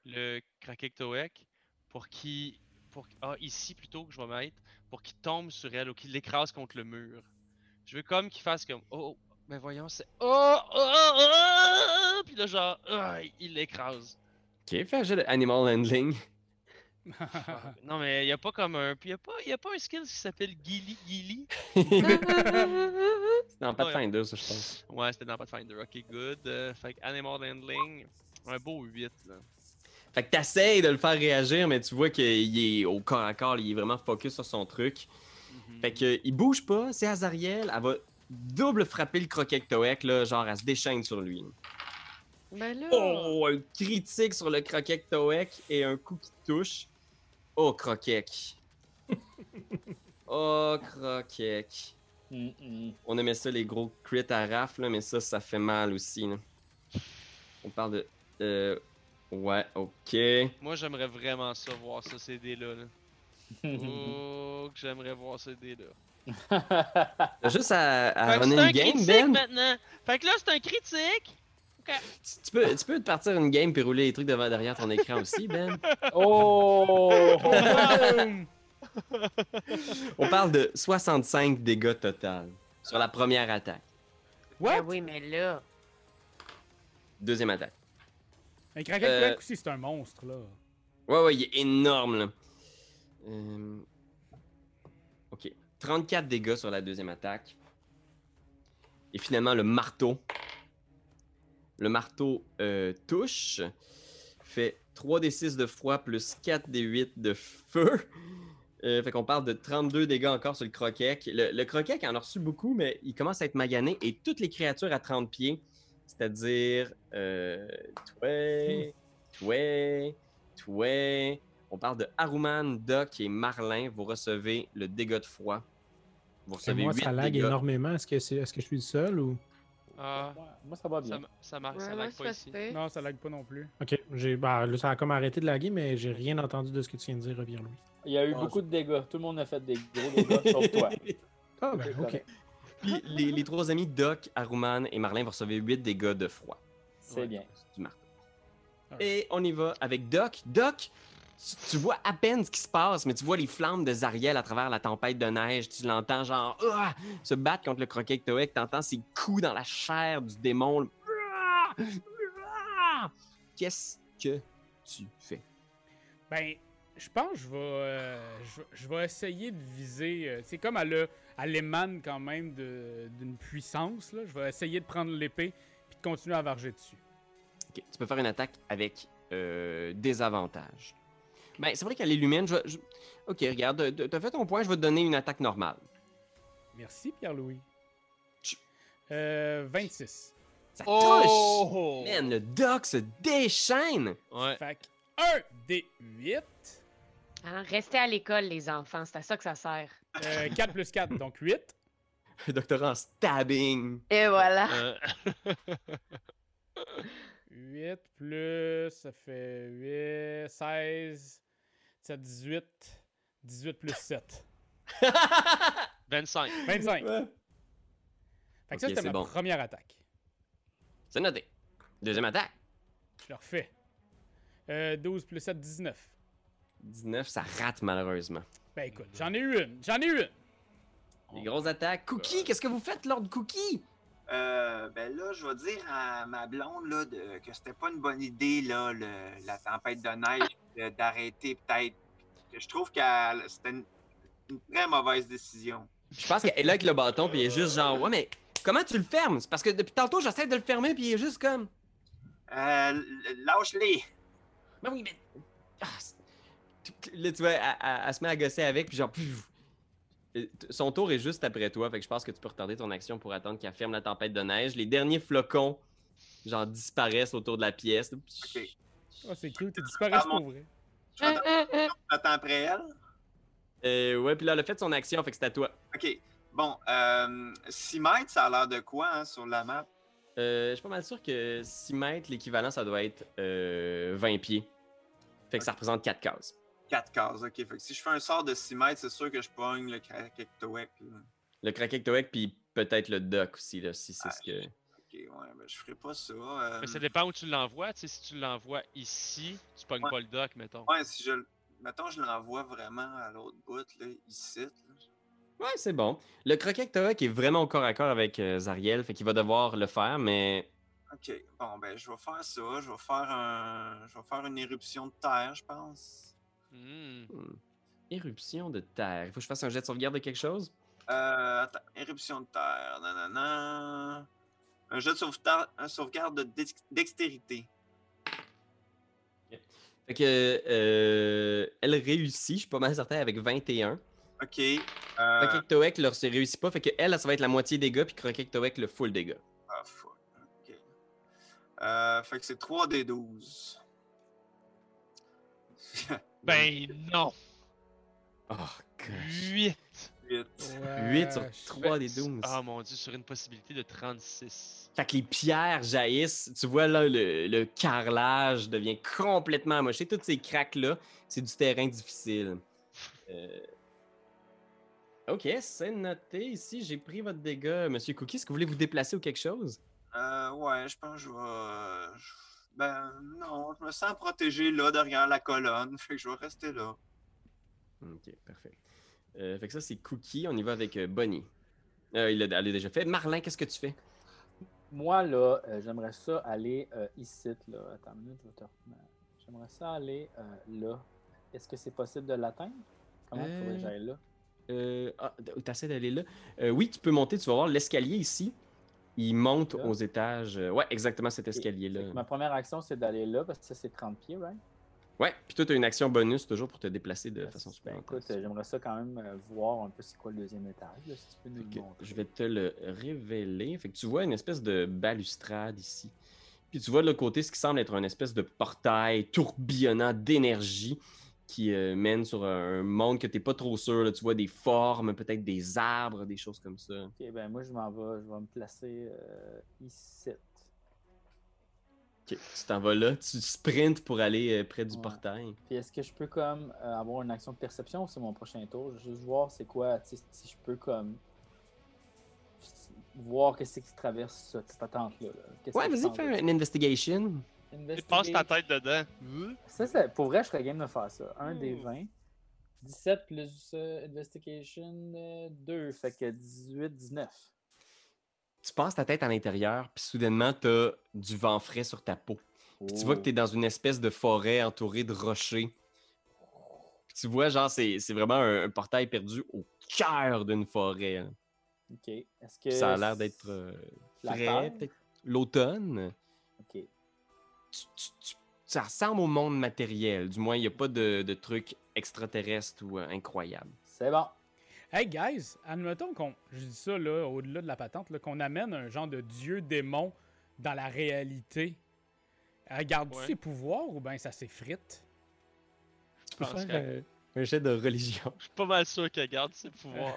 S4: le Krakektoek pour qu'il pour ah, ici plutôt que je vais mettre pour qu'il tombe sur elle ou qu'il l'écrase contre le mur. Je veux comme qu'il fasse comme oh, oh, mais voyons c'est oh oh oh puis là genre ah, il l'écrase.
S3: Ok, fais un jeu de animal handling.
S4: Ah, non mais il y a pas comme un puis il y a pas y a pas un skill qui s'appelle Gilly Gilly.
S3: c'est
S2: Ouh,
S3: dans pas de
S4: Ouais.
S3: fin deux, ça, je pense.
S4: Ouais, c'était dans Pathfinder. OK, good. Euh, fait que Animal Handling, un beau 8 là.
S3: Fait que t'essayes de le faire réagir, mais tu vois qu'il est au corps à corps, il est vraiment focus sur son truc. Fait que, il bouge pas, c'est Azariel, elle va double frapper le croquet Toek, là, genre elle se déchaîne sur lui.
S2: Ben là.
S3: Oh, un critique sur le croquet Toek et un coup qui touche. Oh, croquet. oh, croquet.
S6: Hum, hum.
S3: On aimait ça, les gros crits à rafle, là, mais ça, ça fait mal aussi. là. On parle de. euh, ouais, ok.
S4: Moi, j'aimerais vraiment ça voir ça ces dés là. Oh, que j'aimerais voir ces dés là.
S3: T'as Juste à, à
S4: Fait que
S3: runner
S4: c'est un
S3: Ah, une game,
S4: critique
S3: Ben.
S4: maintenant. Fait que là, c'est un critique.
S3: Tu, tu peux, tu peux te partir une game puis rouler les trucs devant derrière ton écran aussi, Ben.
S6: oh!
S3: On parle de 65 dégâts total sur la première attaque.
S2: Ben
S5: What?
S2: oui, mais là.
S3: Deuxième attaque.
S5: Un craquette
S3: Euh,
S5: aussi, c'est un monstre, là.
S3: Ouais, ouais, il est énorme, là. Euh, Ok. 34 dégâts sur la deuxième attaque. Et finalement, le marteau. Le marteau euh, touche. Fait 3 des 6 de froid plus 4 des 8 de feu. Euh, fait qu'on parle de 32 dégâts encore sur le croquet. Le, le croquet en a reçu beaucoup, mais il commence à être magané. Et toutes les créatures à 30 pieds, c'est-à-dire... Euh, Tway, Tway, Tway. On parle de Haruman, Doc et Marlin. Vous recevez le dégât de froid. Vous recevez
S1: Moi,
S3: 8
S1: ça lag
S3: dégâts.
S1: énormément. Est-ce que, c'est- est-ce que je suis le seul ou.
S4: Ah,
S6: Moi, ça va
S4: ça,
S6: bien.
S4: m- ça marche,
S2: Ouais,
S4: Ah, ça
S2: ouais,
S4: lag
S2: c'est
S4: pas
S2: pas
S4: ici.
S2: super.
S5: Non, ça lag pas non plus.
S1: Ok, j'ai- bah, là, ça a comme arrêté de laguer, mais j'ai rien entendu de ce que tu viens de dire, Pierre-Louis.
S6: Il y a eu
S3: Ah,
S6: beaucoup de dégâts. Tout le monde a fait des gros dégâts, sauf toi.
S1: Ah, ben, ok.
S3: Puis les, les trois amis, Doc, Aruman et Marlin, vont recevoir 8 dégâts de froid.
S6: C'est
S3: Ouais,
S6: bien.
S3: Du marteau.
S5: Alright.
S3: Et on y va avec Doc. Doc, tu, tu vois à peine ce qui se passe, mais tu vois les flammes de Zariel à travers la tempête de neige. Tu l'entends genre Ah! se battre contre le croquet Toek. Tu entends ses coups dans la chair du démon. le Ah! Ah! Qu'est-ce que tu fais?
S5: Ben, je pense que je vais, euh, je, je vais essayer de viser. euh, c'est comme elle, a- elle émane quand même de- d'une puissance. Là. Je vais essayer de prendre l'épée puis de continuer à varger dessus.
S3: Ok, Tu peux faire une attaque avec euh, désavantage. Ben, c'est vrai qu'elle illumine. je vais- je- Ok, regarde, t'as- t'as fait ton point, je vais te donner une attaque normale.
S5: Merci, Pierre-Louis.
S3: Chut.
S5: Euh, 26.
S3: Ça touche!
S4: Oh!
S3: Man, le doc se déchaîne!
S4: Ouais.
S5: Fait que 1 des 8.
S2: Hein, Restez à l'école, les enfants. C'est à ça que ça sert.
S5: 4 euh, plus 4, donc 8.
S3: Le doctorat en stabbing.
S2: Et voilà.
S4: Euh,
S5: 8 plus, ça fait 8, 16, 17, 18, 18 plus 7.
S4: 25.
S5: 25. Fait que ça,
S3: Ok,
S5: c'était
S3: c'est
S5: ma
S3: bon.
S5: première attaque.
S3: C'est noté. Deuxième attaque.
S5: Je le refais. Euh, 12 plus 7, 19.
S3: 19, ça rate malheureusement.
S5: Ben écoute, j'en ai eu une, j'en ai eu une.
S3: Les grosses attaques. Cookie, qu'est-ce que vous faites, Lord Cookie?
S7: Euh, ben là, je vais dire à ma blonde là, de- que c'était pas une bonne idée, là, le- la tempête de neige, de- d'arrêter peut-être. Que Je trouve que c'était une, une très mauvaise décision.
S3: Je pense qu'elle est là avec le bâton, puis elle est juste genre, ouais, mais comment tu le fermes? C'est parce que depuis tantôt, j'essaie de le fermer, puis il est juste comme.
S7: Euh, l- lâche-les!
S3: Ben oui, mais. Ah, c'est- tu- tu- là, tu vois, elle, elle- elle se met à gosser avec, puis genre. pfff. Et t- Son tour est juste après toi, fait que je pense que tu peux retarder ton action pour attendre qu'elle ferme la tempête de neige. Les derniers flocons, genre, disparaissent autour de la pièce.
S7: Ok.
S5: Oh, c'est cute, tu disparaissent
S7: Ah, mon-
S5: pour vrai.
S7: J'attends j'attends après elle.
S3: Euh, ouais, puis là, elle a fait son action, fait que c'est à toi.
S7: OK. Bon, euh, 6 mètres, ça a l'air de quoi hein, sur la map?
S3: Euh, je suis pas mal sûr que 6 mètres, l'équivalent, ça doit être euh, 20 pieds. Fait que ça représente 4 cases.
S7: 4 cases. OK. Fait que si je fais un sort de 6 mètres, c'est sûr que je pogne le Krakektoek. là.
S3: Le Krakektoek, E puis peut-être le Doc aussi, là, si c'est
S7: Ah,
S3: ce que.
S7: OK, ouais, ben je ferai pas ça. euh,
S4: Mais ça dépend où tu l'envoies. Tu sais, si tu l'envoies ici, tu pognes
S7: Ouais.
S4: pas le doc, mettons.
S7: Ouais, si je le- Mettons, je l'envoie vraiment à l'autre bout, là, ici. là.
S3: Ouais, c'est bon. Le Krakektoek E est vraiment au corps à corps avec euh, Zariel, fait qu'il va devoir le faire, mais.
S7: OK. Bon, ben, je vais faire ça. Je vais faire un... Je vais faire une éruption de terre, je pense.
S4: Hmm.
S3: Éruption de terre. Il faut que je fasse un jet de sauvegarde de quelque chose?
S7: Euh, attends. Éruption de terre. Nanana. Un jeu de sauvetar- un sauvegarde de dex- dextérité.
S3: Fait que. euh, elle réussit, je suis pas mal certain, avec 21.
S7: OK. euh,
S3: Krakektoek, E leur se réussit pas, fait que elle, ça va être la moitié des gars, puis Krakektoek, E le full des gars.
S7: Ah, fuck. OK. Euh, fait que c'est 3 des 12.
S4: Ben non!
S3: Oh, gosh.
S4: 8!
S7: 8.
S3: 8 sur
S5: Ouais,
S3: 3 des 12.
S4: Ah mon dieu, sur une possibilité de 36.
S3: Fait que les pierres jaillissent. Tu vois là, le, le carrelage devient complètement amoché. Toutes ces craques-là, c'est du terrain difficile. Euh, Ok, c'est noté. Ici, j'ai pris votre dégât, Monsieur Cookie. Est-ce que vous voulez vous déplacer ou quelque chose?
S7: Euh, ouais, je pense que je vais. euh, je- Ben non, je me sens protégé là derrière la colonne. Fait que je vais rester là.
S3: Ok, parfait. Euh, fait que ça, c'est Cookie. On y va avec euh, Bonnie. Euh, il l'a elle l'a déjà fait. Marlin, qu'est-ce que tu fais?
S6: Moi, là, euh, j'aimerais ça aller euh, ici, là. Attends une minute, je vais te reprendre. J'aimerais ça aller euh, là. Est-ce que c'est possible de l'atteindre? Comment il faudrait
S3: Euh,
S6: que j'aille là?
S3: Euh, ah, d- t'essaies d'aller là. Euh, oui, tu peux monter. Tu vas voir l'escalier ici. Il monte
S6: Là?
S3: aux étages. Euh, ouais, exactement cet escalier-là.
S6: Fait que Ma première action, c'est d'aller là, parce que ça, c'est 30 pieds, right?
S3: Ouais, puis toi, tu as une action bonus toujours pour te déplacer de
S6: Ben,
S3: façon
S6: ben,
S3: supplémentaire.
S6: écoute, euh, j'aimerais ça quand même euh, voir un peu c'est quoi le deuxième étage, là, si tu peux
S3: Fait
S6: nous le
S3: que
S6: montrer.
S3: je vais te le révéler. Fait que tu vois une espèce de balustrade ici. Puis tu vois de l'autre côté ce qui semble être une espèce de portail tourbillonnant d'énergie qui euh, mène sur un un monde que tu pas trop sûr. là. Tu vois des formes, peut-être des arbres, des choses comme ça.
S6: Ok, ben moi, je m'en vais, je vais me placer euh, ici.
S3: Ok, Tu t'en vas là, tu sprintes pour aller euh, près du
S6: Ouais.
S3: portail.
S6: Puis est-ce que je peux comme euh, avoir une action de perception ou c'est mon prochain tour? Je veux juste voir c'est quoi, tu sais, si je peux comme. voir qu'est-ce qui traverse ça, cette attente-là. là. Qu'est-ce
S3: Ouais,
S6: qui
S3: vas-y,
S6: semble-
S3: fais une investigation.
S4: Tu passes ta tête dedans.
S6: Ça, c'est- pour vrai, je serais game de faire ça. Un des
S3: Hmm.
S6: 20. 17 plus euh, investigation 2, fait que 18, 19.
S3: Tu passes ta tête à l'intérieur, puis soudainement, t'as du vent frais sur ta peau. Puis tu vois
S6: Oh.
S3: que tu es dans une espèce de forêt entourée de rochers. Puis tu vois, genre, c'est c'est vraiment un, un portail perdu au cœur d'une forêt. là.
S6: Oh, OK. Est-ce que
S3: Puis ça a l'air d'être euh,
S6: la
S3: frais,
S6: terre?
S3: peut-être l'automne.
S6: OK.
S3: Tu- tu- tu- ça ressemble au monde matériel. Du moins, il n'y a pas de, de truc extraterrestre ou euh, incroyable.
S6: C'est bon.
S5: Hey guys, admettons qu'on, je dis ça là, au-delà de la patente, là, qu'on amène un genre de dieu démon dans la réalité. Elle garde-tu
S4: Ouais.
S5: ses pouvoirs ou bien ça s'effrite?
S3: Tu
S4: peux
S6: Ah,
S3: peux
S4: Parce
S3: faire euh,
S4: faire, que-
S3: un jet de religion.
S4: Je suis pas mal sûr qu'elle garde ses pouvoirs.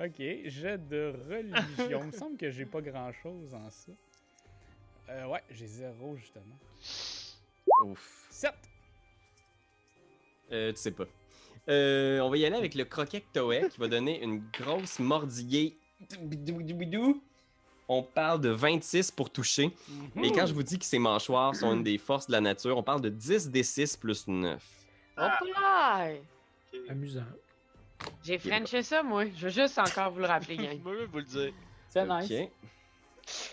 S5: ok, jet de religion. Il me semble que j'ai pas grand-chose en ça. Euh, ouais, j'ai zéro justement.
S3: Ouf.
S5: 7!
S3: Euh, tu sais pas. Euh, on va y aller avec le croquet Toei qui va donner une grosse mordillée. Doubidoubidoubidou. On parle de 26 pour toucher. Et quand je vous dis que ses mâchoires sont une des forces de la nature, on parle de 10 des 6 plus 9.
S2: Hop là!
S7: Ok.
S1: Amusant.
S2: J'ai frenché ça, moi. Je veux juste encore vous le rappeler,
S4: Je
S2: gang.
S4: veux vous le dire.
S6: C'est
S3: Ok.
S6: nice.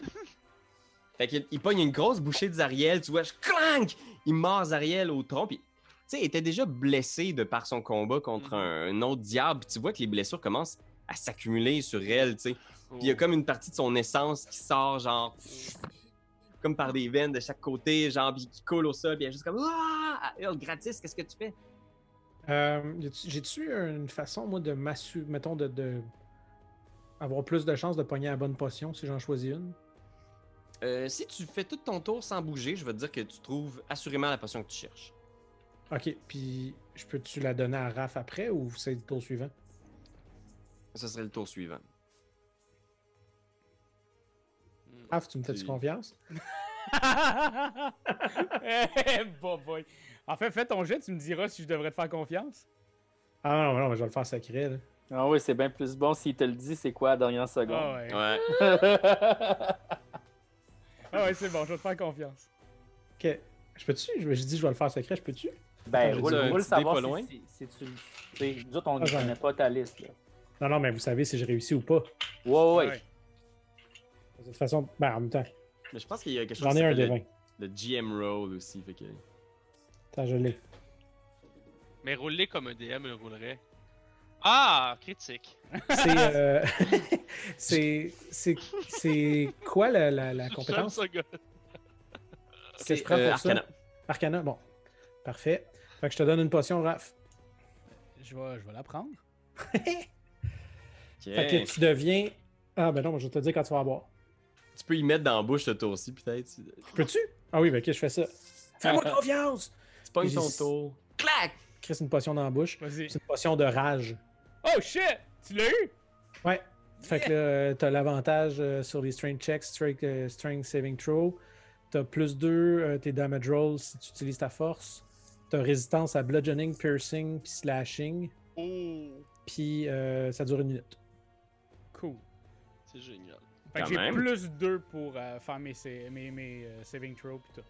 S3: fait qu'il il pogne une grosse bouchée de Zariel, tu vois, je clank! Il mord Zariel au tronc, puis tu sais, il était déjà blessé de par son combat contre
S4: Mhm.
S3: un, un autre diable, puis tu vois que les blessures commencent à s'accumuler sur elle, tu sais. Puis
S4: Oh.
S3: il y a comme une partie de son essence qui sort, genre, comme par des veines de chaque côté, genre, puis qui coule au sol, puis elle est juste comme, ah, elle hurle gratis, qu'est-ce que tu fais?
S1: Euh, y a-tu- J'ai-tu une façon, moi, de m'assurer, mettons, de, de avoir plus de chances de pogner la bonne potion si j'en choisis une?
S3: Euh, si tu fais tout ton tour sans bouger, je vais te dire que tu trouves assurément la potion que tu cherches.
S1: Ok, puis je peux-tu la donner à Raph après ou c'est le tour suivant?
S3: Ce serait le tour suivant.
S1: Raph, tu me fais-tu
S3: Tu-
S1: confiance?
S5: Eh, bah, boy. En fait, fais ton jet, tu me diras si je devrais te faire confiance.
S1: Ah non, non, mais je vais le faire sacré, là.
S6: Ah oui, c'est bien plus bon s'il te le dit, c'est quoi à la dernière
S5: Ah
S6: seconde.
S5: ouais.
S3: Ouais.
S4: Oh.
S5: Ah ouais, c'est bon, je vais te faire confiance.
S1: Ok. Je peux-tu? Je, je dis je vais le faire secret, je peux-tu?
S6: ben,
S1: J'ai
S6: roule,
S3: dit un
S6: roule
S3: petit
S6: savoir
S3: dé pas
S6: si-
S3: loin.
S6: Si, si tu le- tu sais, Nous autres, on ne
S1: Ah, j'en ai.
S6: connaît pas ta liste. Là.
S1: Non, non, mais vous savez si j'ai réussi ou pas.
S6: Ouais, ouais.
S5: Ouais.
S1: De toute façon, ben, en même temps,
S3: Mais je pense qu'il y a quelque chose.
S1: j'en ai un des
S3: s'appelle
S1: 20.
S3: Le, le GM Roll aussi. Fait que...
S1: Attends, je l'ai.
S4: Mais roulez comme un DM le roulerait. Ah, critique.
S1: C'est. euh, c'est- c'est- c'est quoi la, la- la compétence
S4: J'aime ce gars.
S1: que je prends pour
S3: Euh,
S1: ça?
S3: Arcana.
S1: Arcana, bon. Parfait. Fait que je te donne une potion, Raph.
S5: Je vais, je vais la prendre.
S3: Ok.
S1: Fait que tu deviens. Ah, ben non, moi, je vais te le dire quand tu vas la boire.
S3: Tu peux y mettre dans la bouche ce tour-ci, peut-être. Tu
S1: Peux-tu? Ah oui, ben, ok, je fais ça. Fais-moi confiance!
S3: tu pognes
S1: J'ai-
S3: ton tour. Clac!
S1: Chris, une potion dans la bouche.
S5: Vas-y.
S1: C'est une potion de rage.
S5: Oh shit! Tu l'as eu?
S1: Ouais. Fait que là, euh, t'as l'avantage euh, sur les strength checks, strength, euh, strength saving throw. T'as plus 2 tes damage rolls si tu utilises ta force. T'as résistance à bludgeoning, piercing, puis slashing. Puis euh, ça dure une minute.
S5: Cool.
S4: C'est génial.
S5: Fait
S3: Quand
S5: que j'ai
S3: même.
S5: plus 2 pour euh, faire mes, sa- mes, mes euh, saving throws pis tout.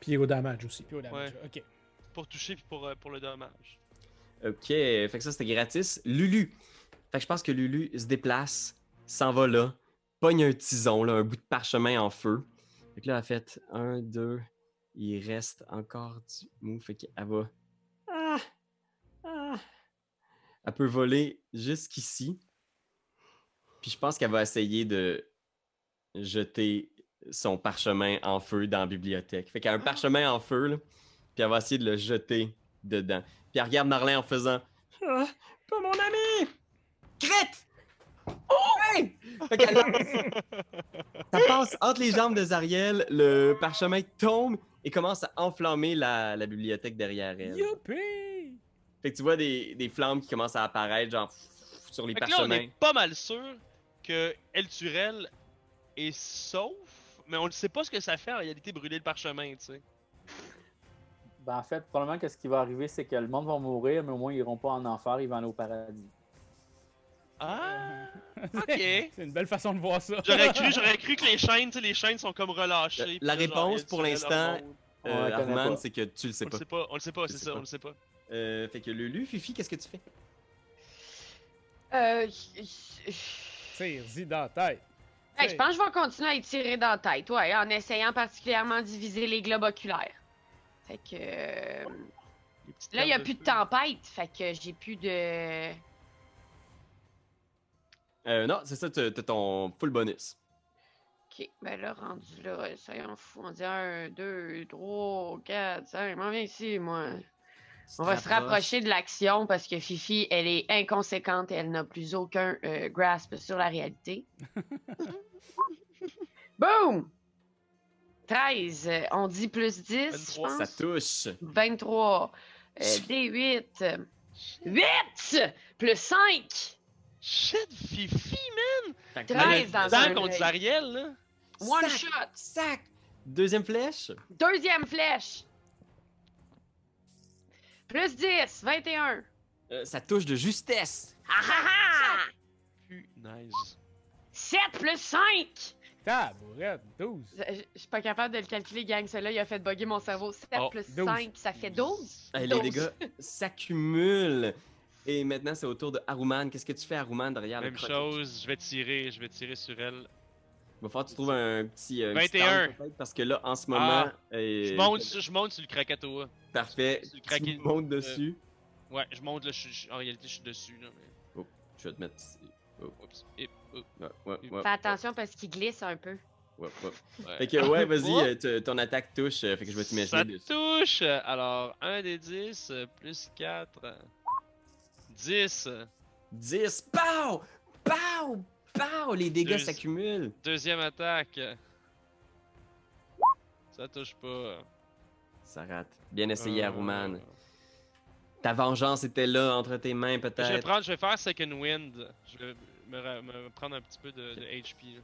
S1: Puis au damage aussi.
S5: Puis au damage. Ok.
S4: Pour toucher puis pour, euh, pour le dommage.
S3: Ok. Fait que ça, c'était gratis. Lulu. Fait que je pense que Lulu se déplace, s'en va là, pogne un tison, là, un bout de parchemin en feu. Fait que là, elle a fait 1, 2. Il reste encore du mou. Fait qu'elle va. Ah! Ah! Elle peut voler jusqu'ici. Puis je pense qu'elle va essayer de jeter son parchemin en feu dans la bibliothèque. Fait qu'elle a un parchemin en feu, là, puis elle va essayer de le jeter dedans. Puis elle regarde Marlin en faisant Ah, Pas mon ami Crête Ouais! Fait qu'elle lance- Ça passe entre les jambes de Zariel, le parchemin tombe et commence à enflammer la, la bibliothèque derrière elle.
S5: Youpi!
S3: Fait que tu vois des, des flammes qui commencent à apparaître, genre pff, sur les
S4: Fait que là, on
S3: parchemins.
S4: est pas mal sûr que El Turel est sauf, mais on ne sait pas ce que ça fait en réalité brûler le parchemin, tu sais.
S6: Ben, en fait, probablement que ce qui va arriver, c'est que
S3: Euh,
S6: le monde va mourir, mais au moins, ils iront pas en enfer, ils vont aller au paradis.
S4: Ah! Ok.
S5: C'est une belle façon de voir ça.
S4: J'aurais cru, j'aurais cru que les chaînes, tu sais, les chaînes sont comme relâchées.
S3: La- la
S4: puis là, genre,
S3: réponse
S4: elles
S3: pour
S4: seraient
S3: l'instant,
S4: leur monde.
S6: On la
S3: Euh,
S6: connaît
S3: Arman,
S6: pas.
S3: c'est que tu le sais
S4: On le
S3: pas.
S4: sait pas, on le sait pas,
S3: Je
S4: c'est
S3: sais
S4: ça,
S3: pas.
S4: on le sait pas.
S3: Euh, fait que Lulu, Fifi, qu'est-ce que tu fais?
S2: Euh, j- j-
S5: Tire-y dans la tête.
S2: Hey, je pense que je vais continuer à y tirer dans la tête, ouais, en essayant particulièrement de diviser les globes oculaires. Fait que. euh,
S4: Les petites
S2: Là, il n'y a
S4: perles
S2: plus de
S4: feu.
S2: tempête, fait que j'ai plus de.
S3: Euh, non, c'est ça, t'as t'as ton full bonus.
S2: Ok, ben là, rendu là, soyons fous. On dit 1, 2, 3, 4, 5. M'en viens ici, moi. On va se rapprocher de l'action parce que Fifi, elle est inconséquente et elle n'a plus aucun euh, grasp sur la réalité. Boom! 13. euh, On dit plus 10, je
S4: 23,
S2: pense.
S3: Ça touche.
S2: 23. euh, D8. euh, 8! Plus 5!
S4: Shit, Fifi, man!
S3: Fait que-
S2: Treize dans un
S4: Tant qu'on dit
S2: œil.
S4: Ariel, là.
S2: One
S3: Sac,
S2: shot!
S3: Sac! Deuxième flèche.
S2: Deuxième flèche! Plus 10, 21.
S3: Euh, ça touche de justesse.
S2: Ah ah ah!
S4: Nice.
S2: 7 plus 5!
S5: Tabourette, 12.
S2: Je je suis pas capable de le calculer, gang. Celui-là, il a fait bugger mon cerveau. 7
S4: Oh,
S2: plus
S5: 12.
S2: 5, ça fait 12.
S3: Euh, les
S2: Dose.
S3: dégâts s'accumulent. Et maintenant, c'est au tour de Haruman. Qu'est-ce que tu fais, Haruman, derrière
S4: Même
S3: le croquis?
S4: chose, je vais tirer, je vais tirer sur elle.
S3: Il va falloir que tu trouves un petit. euh,
S4: 21.
S3: petit angle, peut-être, parce que là, en ce moment.
S4: Ah.
S3: euh,
S4: Je monte, sur- je monte sur le Krakatoa.
S3: Parfait.
S4: sur le
S3: Tu
S4: craquet.
S3: montes dessus.
S4: Ouais, je monte là, je suis- je- en réalité, je suis dessus là. Mais...
S3: Je vais te mettre. ici.
S4: Oups. Hip, hop.
S3: Ouais, ouais, ouais,
S2: Fais attention parce qu'il glisse un peu.
S3: ouais, ouais.
S4: Ouais.
S3: Fait que ouais, vas-y,
S4: Oh.
S3: euh, t- ton attaque touche, euh, fait que je vais t'imaginer
S4: Ça
S3: dessus.
S4: touche! Alors, 1 des 10, euh, plus 4. euh, 10. euh,
S3: 10, pow! Pow! Pow! Les dégâts
S4: Deux-
S3: s'accumulent.
S4: Deuxième attaque. Ça touche pas.
S3: Ça rate. Bien essayé,
S4: Euh,
S3: Aruman. Ta vengeance était là, entre tes mains,
S4: Je vais,
S3: peut-être.
S4: prendre, je vais faire Second Wind. Je vais me, ra- me prendre un petit peu de, de HP. là.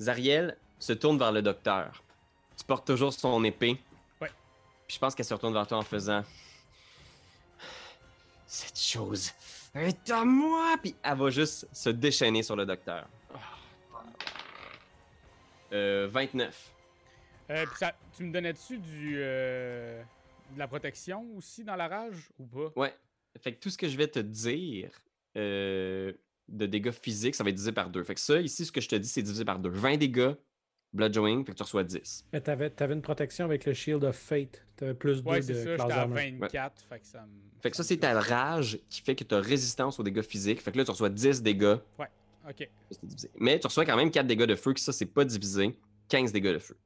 S3: Zariel se tourne vers le docteur. Tu portes toujours son épée.
S5: Ouais.
S3: Puis je pense qu'elle se retourne vers toi en faisant... Cette chose est à moi! Puis elle va juste se déchaîner sur le docteur. Euh, 29.
S5: Euh, puis ça- tu me donnais-tu du, euh, de la protection aussi dans la rage ou pas?
S3: Ouais. Fait que tout ce que je vais te dire euh, de dégâts physiques, ça va être divisé par 2. Fait que ça, ici, ce que je te dis, c'est divisé par 2. 20 dégâts, bludgeoning, fait que tu reçois 10.
S1: Mais t'avais, t'avais une protection avec le Shield of Fate. T'avais plus 2
S5: Ouais,
S1: de
S5: c'est ça,
S1: classe
S5: j'étais à
S1: d'armure.
S5: 24, fait que ça me.
S3: Fait que ça,
S5: me
S3: c'est ta
S5: gosse.
S3: rage qui fait que tu as résistance aux dégâts physiques. Fait que là, tu reçois 10 dégâts.
S5: Ok.
S3: Ça, c'est divisé. Mais tu reçois quand même 4 dégâts de feu, que ça, c'est pas divisé. 15 dégâts de feu.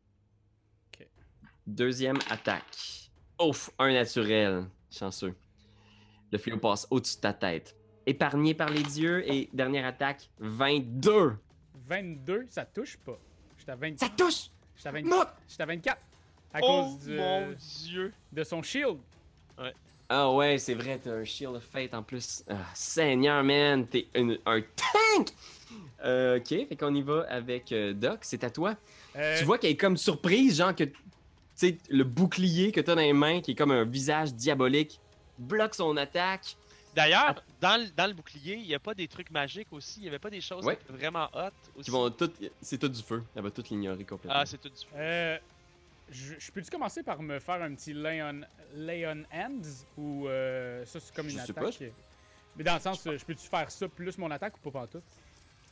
S5: Ok.
S3: Deuxième attaque. Ouf, un naturel. Chanceux. Le fléau passe au-dessus de ta tête. Épargné par les dieux. Et dernière attaque, 22.
S5: 22, ça touche pas. J'étais à 24.
S3: Ça touche!
S5: J'étais à, 20
S3: Non!
S5: j'étais à 24. À
S4: Oh
S5: cause du-
S4: mon dieu!
S5: de son shield.
S3: Ah ouais, c'est vrai, t'as un shield of fate en plus. Ah, Seigneur, man, t'es une- un tank! Euh, ok, fait qu'on y va avec euh, Doc, c'est à toi.
S5: Euh,
S3: Tu vois qu'elle est comme surprise, genre que, tu sais, le bouclier que t'as dans les mains, qui est comme un visage diabolique, bloque son attaque.
S4: D'ailleurs, dans, le- dans le bouclier, il n'y a pas des trucs magiques aussi. Il n'y avait pas des choses
S3: Ouais.
S4: vraiment hot aussi.
S3: Qui vont tout, c'est tout du feu. Elle va tout l'ignorer complètement.
S4: Ah, c'est tout du fou.
S5: euh, je je peux-tu commencer par me faire un petit lay on, lay on hands ou euh, ça, c'est comme
S3: Je
S5: une
S3: sais
S5: attaque?
S3: pas, je-
S5: Mais dans le sens, euh, je peux-tu faire ça plus mon attaque ou pas pantoute?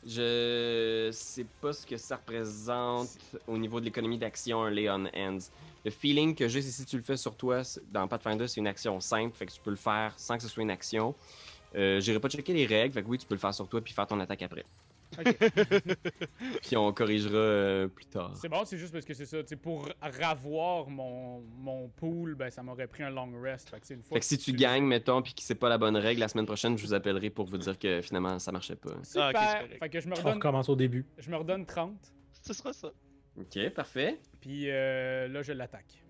S3: Je sais pas ce que ça représente au niveau de l'économie d'action, un lay on hands. Le feeling que j'ai, c'est si tu le fais sur toi, c'est- dans Pathfinder, c'est une action simple, fait que tu peux le faire sans que ce soit une action. Euh, J'irai pas checker les règles, fait que oui, tu peux le faire sur toi puis faire ton attaque après.
S5: Ok.
S3: Puis on corrigera euh, plus tard.
S5: C'est bon, c'est juste parce que c'est ça. tu sais, pour ravoir mon, mon pool, ben, ça m'aurait pris un long rest. Fait que, c'est une fois
S3: Fait que si tu gagnes, mettons, puis que c'est pas la bonne règle, la semaine prochaine, je vous appellerai pour vous dire que finalement, ça marchait pas.
S5: Super!
S4: Ah, ok, c'est correct.
S5: fait que je me,
S1: On
S5: redonne,
S1: recommence au début.
S5: je me redonne 30,
S4: Ce sera ça.
S3: Ok, parfait.
S5: puis euh, là, je l'attaque.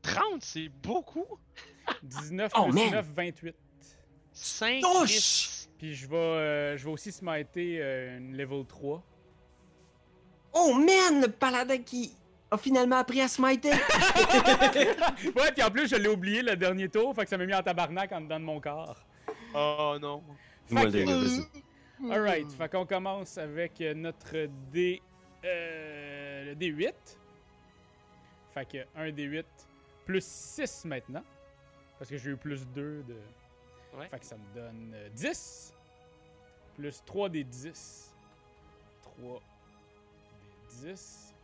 S4: 30, c'est beaucoup!
S5: 19
S3: Oh,
S5: plus
S3: man!
S5: 9, 28.
S4: 5
S3: Touche!
S5: Puis je vais, euh, je vais aussi smiter euh, une level 3.
S3: Oh man, le paladin qui a finalement appris à smiter!
S5: ouais, puis en plus, je l'ai oublié le dernier tour, fait que ça m'a mis en tabarnak en dedans de mon corps.
S4: Oh non.
S5: Fait
S3: Molder, là, vas-y.
S5: que- Alright, fait qu'on commence avec euh, notre D. euh, le D8. Fait que 1 D8 plus 6 maintenant. Parce que j'ai eu plus 2 de.
S4: Ouais.
S5: Fait que ça me donne euh, 10. Plus 3 des 10. 3 des 10.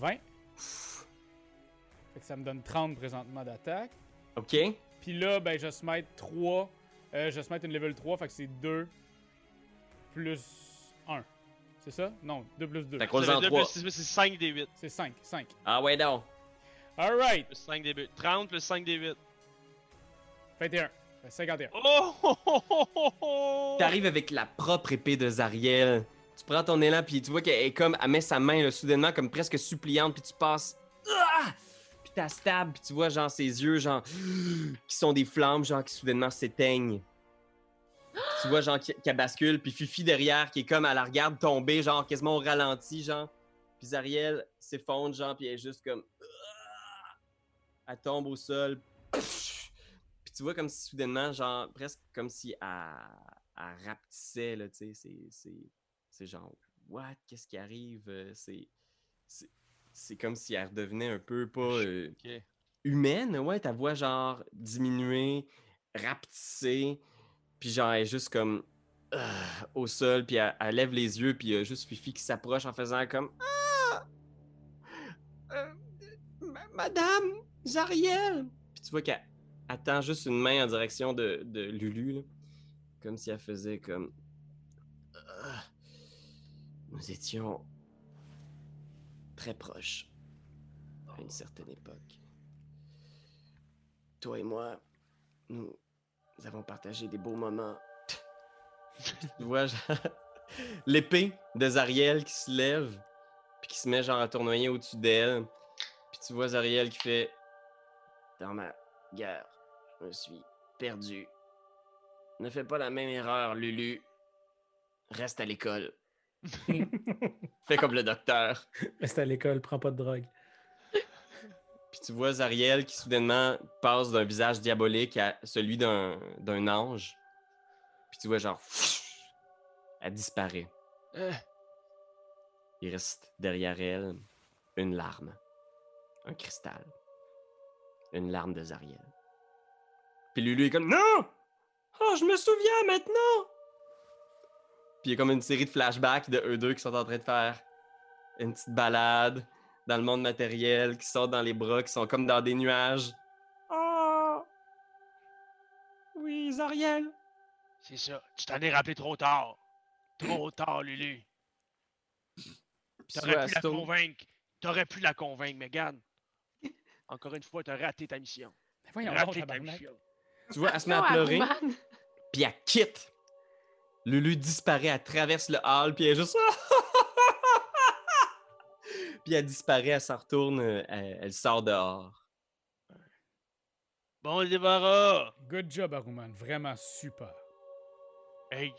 S5: 20. Fait que ça me donne 30 présentement d'attaque.
S3: Ok.
S5: Puis là, ben, je vais se mettre 3. Euh, je vais se mettre une level 3, fait que c'est 2 plus 1. C'est ça? Non, 2 plus 2.
S3: Fait qu'on-
S4: Ça veut
S3: en
S4: dire
S3: trois.
S4: plus six, mais C'est 5 des 8.
S5: C'est 5, 5.
S3: Ah ouais, non.
S5: Alright,
S4: Plus 5 des 8. 30 plus 5 des 8.
S5: 21. Fait 51.
S4: Oh! oh, oh, oh, oh, oh.
S3: T'arrives avec la propre épée de Zariel. Tu prends ton élan, puis tu vois qu'elle est comme, elle met sa main là, soudainement, comme presque suppliante, puis tu passes. Ah! Puis t'as stab, puis tu vois, genre, ses yeux, genre, qui sont des flammes, genre, qui soudainement s'éteignent. Puis Tu vois, genre, qui- qu'elle bascule, puis Fifi derrière, qui est comme, elle la regarde tomber, genre, quasiment au ralenti, genre. Puis Zariel s'effondre, genre, puis elle est juste comme. Ah! Elle tombe au sol. Puis tu vois, comme si soudainement, genre, presque comme si elle elle rapetissait, là, tu sais, c'est- c'est- c'est genre, what, qu'est-ce qui arrive? Euh, C'est c'est- c'est comme si elle redevenait un peu pas euh,
S4: Ok.
S3: humaine, ouais, ta voix genre diminuée, rapetissée, puis genre elle est juste comme euh, au sol, puis elle, elle lève les yeux, puis il y a juste Fifi qui s'approche en faisant comme Ah! Euh, ma- Madame, Jariel! Puis tu vois qu'elle attend juste une main en direction de, de Lulu, là comme si elle faisait comme Ah, nous étions très proches à une certaine époque. Toi et moi, nous avons partagé des beaux moments. tu vois genre, l'épée de Zariel qui se lève puis qui se met genre à tournoyer au-dessus d'elle. Puis tu vois Zariel qui fait dans ma guerre, je me suis perdu. Ne fais pas la même erreur, Lulu. Reste à l'école. fais comme le docteur.
S1: Reste à l'école, prends pas de drogue.
S3: Puis tu vois Zariel qui soudainement passe d'un visage diabolique à celui d'un d'un ange. Puis tu vois genre... Elle disparaît.
S4: Euh.
S3: Il reste derrière elle une larme. Un cristal. Une larme de Zariel. Puis Lulu est comme Non! Oh, je me souviens maintenant! Puis il y a comme une série de flashbacks de eux deux qui sont en train de faire une petite balade dans le monde matériel, qui sortent dans les bras, qui sont comme dans des nuages. Oh! Oui, Zariel!
S4: C'est ça. Tu t'en es rappelé trop tard. Trop tard, Lulu.
S3: Puis tu vois,
S4: T'aurais pu la
S3: Astor-
S4: convaincre. T'aurais pu la convaincre, mais regarde. Encore une fois, t'as raté ta mission.
S5: Mais voyons donc,
S4: Raté ta
S5: tabarnak.
S4: mission.
S3: tu vois, elle se met
S2: Oh,
S3: à pleurer. puis elle quitte. Lulu disparaît, elle traverse le hall, puis elle est juste. puis elle disparaît, elle s'en retourne, euh, elle, elle sort dehors.
S4: Bon débarras!
S5: Good job, Aruman. Vraiment super.
S4: Hey!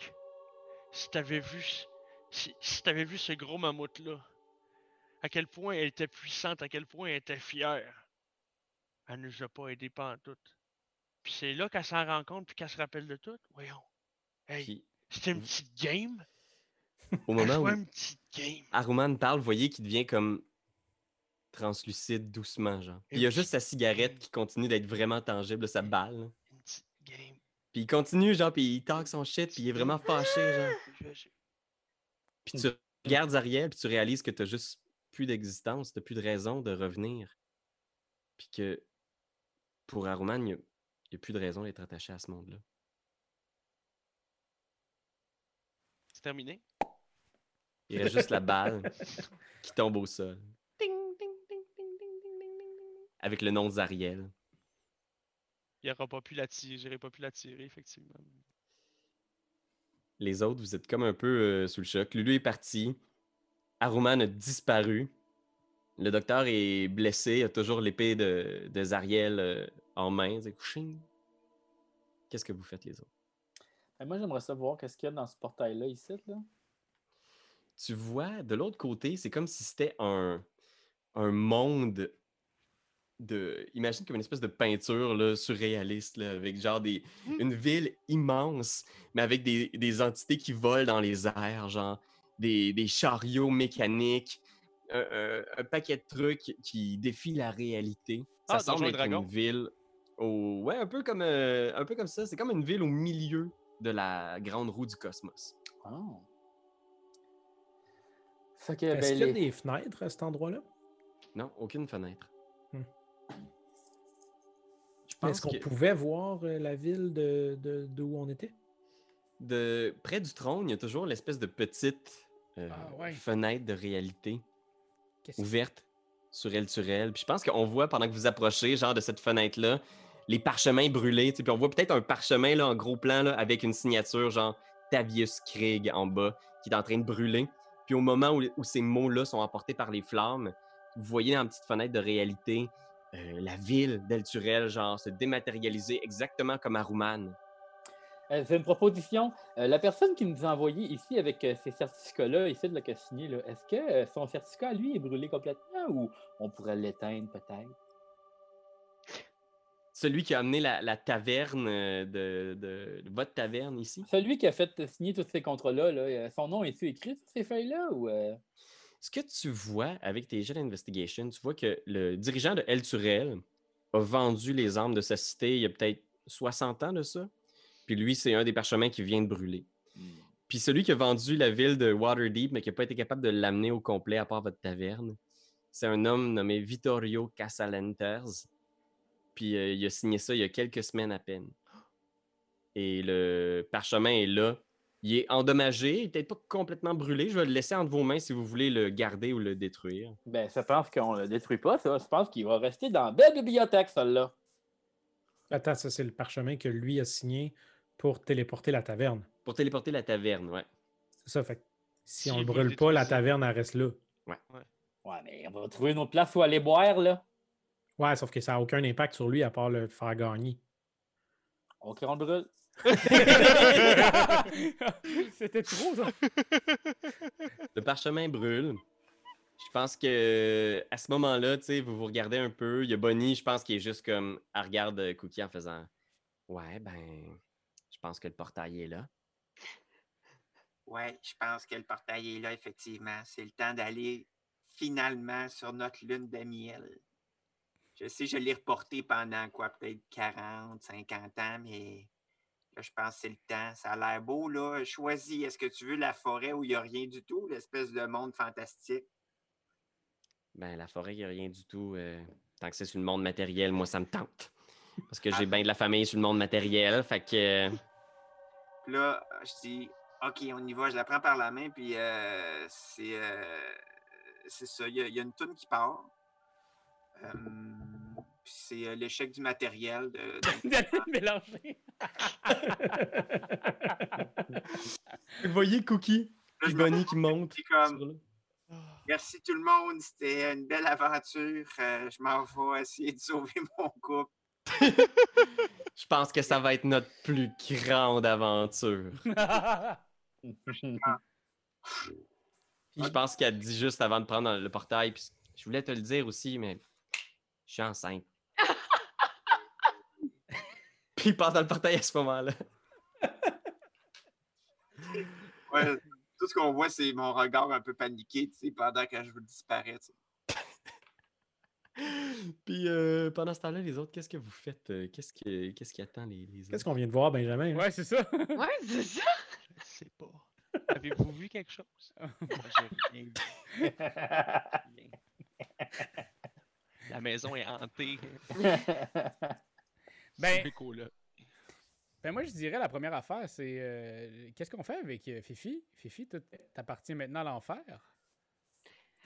S4: Si t'avais vu. ce- Si, si t'avais vu ce gros mammouth-là, à quel point elle était puissante, à quel point elle était fière. Elle nous a pas aidés pas en tout. Puis c'est là qu'elle s'en rend compte puis qu'elle se rappelle de tout. Voyons. Hey,
S3: Puis
S4: c'était une
S3: vous-
S4: petite game.
S3: au
S4: Elle
S3: moment où
S4: jouait une petite game.
S3: Aruman parle, vous voyez qu'il devient comme translucide doucement, genre. Puis il y a juste sa cigarette qui continue d'être vraiment tangible, sa balle. là.
S4: Une petite game.
S3: Puis il continue, genre, puis il tague son shit, puis il est vraiment fâché, genre.
S4: Je- je-
S3: Puis tu regardes Ariel, puis tu réalises que t'as juste plus d'existence, t'as plus de raison de revenir. Puis que pour Aruman, il n'y a, y a plus de raison d'être attaché à ce monde-là.
S4: C'est terminé?
S3: Il reste juste la balle qui tombe au sol. Avec le nom de Zariel.
S4: Il aura pas pu la tirer. J'aurais pas pu la tirer, effectivement.
S3: Les autres, vous êtes comme un peu euh, sous le choc. Lulu est parti. Aruman a disparu. Le docteur est blessé. Il a toujours l'épée de, de Zariel euh, en main. C'est couching. Qu'est-ce que vous faites, les autres?
S6: Ben, moi, j'aimerais savoir qu'est-ce qu'il y a dans ce portail-là, ici. Là.
S3: tu vois, de l'autre côté, c'est comme si c'était un, un monde de. Imagine comme une espèce de peinture là, surréaliste, là, avec genre des,
S4: Mmh.
S3: une ville immense, mais avec des, des entités qui volent dans les airs, genre des, des chariots mécaniques, un, un- un paquet de trucs qui défient la réalité. Ça
S4: Ah,
S3: semble
S4: Donjons et
S3: être
S4: Dragons.
S3: une ville. Au... Ouais, un peu, comme, euh, un peu comme ça. C'est comme une ville au milieu de la grande roue du cosmos.
S6: Oh. Fait que,
S1: Est-ce
S6: ben,
S1: qu'il y a
S6: les-
S1: des fenêtres à cet endroit-là?
S3: Non, aucune fenêtre.
S1: Hmm.
S3: Je pense
S1: Est-ce qu'on
S3: que
S1: pouvait voir euh, la ville de- de- d'où on était?
S3: de près du trône, il y a toujours l'espèce de petite euh,
S5: Ah ouais.
S3: fenêtre de réalité
S5: Qu'est-ce que-
S3: ouverte sur elle sur elle. Puis je pense qu'on voit pendant que vous approchez, genre de cette fenêtre-là, les parchemins brûlés. tu sais, Puis on voit peut-être un parchemin là, en gros plan là, avec une signature, genre Tavius Krieg en bas, qui est en train de brûler. Puis au moment où, où ces mots-là sont emportés par les flammes, vous voyez dans la petite fenêtre de réalité euh, la ville d'Elturel, genre, se dématérialiser exactement comme à Roumane.
S6: Elle fait une proposition. Euh, la personne qui nous a envoyé ici avec euh, ces certificats-là, ici de la que signé, là, est-ce que euh, son certificat, lui, est brûlé complètement ou on pourrait l'éteindre peut-être?
S3: Celui qui a amené la, la taverne euh, de, de- votre taverne ici.
S6: Celui qui a fait signer tous ces contrats-là, là, euh, son nom est-il écrit sur ces feuilles-là ou. euh,
S3: Ce que tu vois avec tes jets d'investigation, tu vois que le dirigeant de El Turel a vendu les armes de sa cité il y a peut-être 60 ans de ça. Puis lui, c'est un des parchemins qui vient de brûler. Puis celui qui a vendu la ville de Waterdeep, mais qui n'a pas été capable de l'amener au complet à part votre taverne, c'est un homme nommé Vittorio Casalenters. Puis euh, il a signé ça il y a quelques semaines à peine. Et le parchemin est là. Il est endommagé, il n'est peut-être pas complètement brûlé. Je vais le laisser entre vos mains si vous voulez le garder ou le détruire.
S6: Ben, je pense qu'on le détruit pas, ça. Je pense qu'il va rester dans la belle bibliothèque, celle-là.
S1: Attends, ça, c'est le parchemin que lui a signé pour téléporter la taverne.
S3: Pour téléporter la taverne, ouais.
S1: C'est ça, fait que si
S4: Si
S1: on
S4: il
S1: le
S4: veut
S1: brûle pas, la
S4: détruire ça.
S1: taverne, elle reste là.
S6: Ouais, mais on va trouver une autre place où aller boire, là.
S1: Ouais, sauf que ça n'a aucun impact sur lui à part le faire gagner.
S6: Ok, on le brûle.
S5: C'était trop, ça.
S3: Le parchemin brûle. Je pense que à ce moment-là, tu sais, vous vous regardez un peu. Il y a Bonnie, je pense, qui est juste comme, elle regarde euh, Cookie en faisant Ouais, ben, je pense que le portail est là.
S7: Ouais, je pense que le portail est là, effectivement. C'est le temps d'aller finalement sur notre lune de miel. Je sais, je l'ai reporté pendant quoi, peut-être 40, 50 ans, mais là, je pense que c'est le temps. Ça a l'air beau, là. Choisis, est-ce que tu veux la forêt où il n'y a rien du tout, l'espèce de monde fantastique?
S3: Ben, la forêt, il n'y a rien du tout. euh, tant que c'est sur le monde matériel, moi, ça me tente. Parce que j'ai
S7: Ah.
S3: bien de la famille sur le monde matériel. Fait que. euh,
S7: Puis Là, je dis, OK, on y va, je la prends par la main, puis euh, c'est euh, c'est ça, il y, a- il y a une toune qui part. Euh, puis c'est euh, l'échec du matériel. de- de-
S5: D'aller le mélanger.
S3: Vous voyez Cookie
S7: Là,
S3: et
S7: je me
S3: Bonnie qui montent.
S7: dis comme,
S3: sur le-
S7: merci tout le monde, c'était une belle aventure. euh, je m'en vais essayer de sauver mon couple.
S3: Je pense que ça va être notre plus grande aventure. Puis je pense qu'elle dit juste avant de prendre le portail. Puis je voulais te le dire aussi, mais je suis enceinte. Puis il passe dans le portail à ce moment-là.
S7: Ouais, tout ce qu'on voit, c'est mon regard un peu paniqué tu sais, pendant que je veux disparaître.
S3: Puis euh, pendant ce temps-là, les autres, qu'est-ce que vous faites? Euh, Qu'est-ce, que- qu'est-ce qui attend les, les
S1: Qu'est-ce
S3: autres?
S1: qu'on vient de voir, Benjamin? hein?
S5: Ouais, c'est ça.
S2: Ouais, c'est ça.
S4: Je sais pas. Avez-vous vu quelque chose? Moi, j'ai rien vu, rien. La maison est hantée.
S5: Ben,
S4: C'est cool, là.
S5: Ben moi, je dirais la première affaire, c'est euh, qu'est-ce qu'on fait avec euh, Fifi? Fifi, toi, t'appartiens maintenant à l'enfer.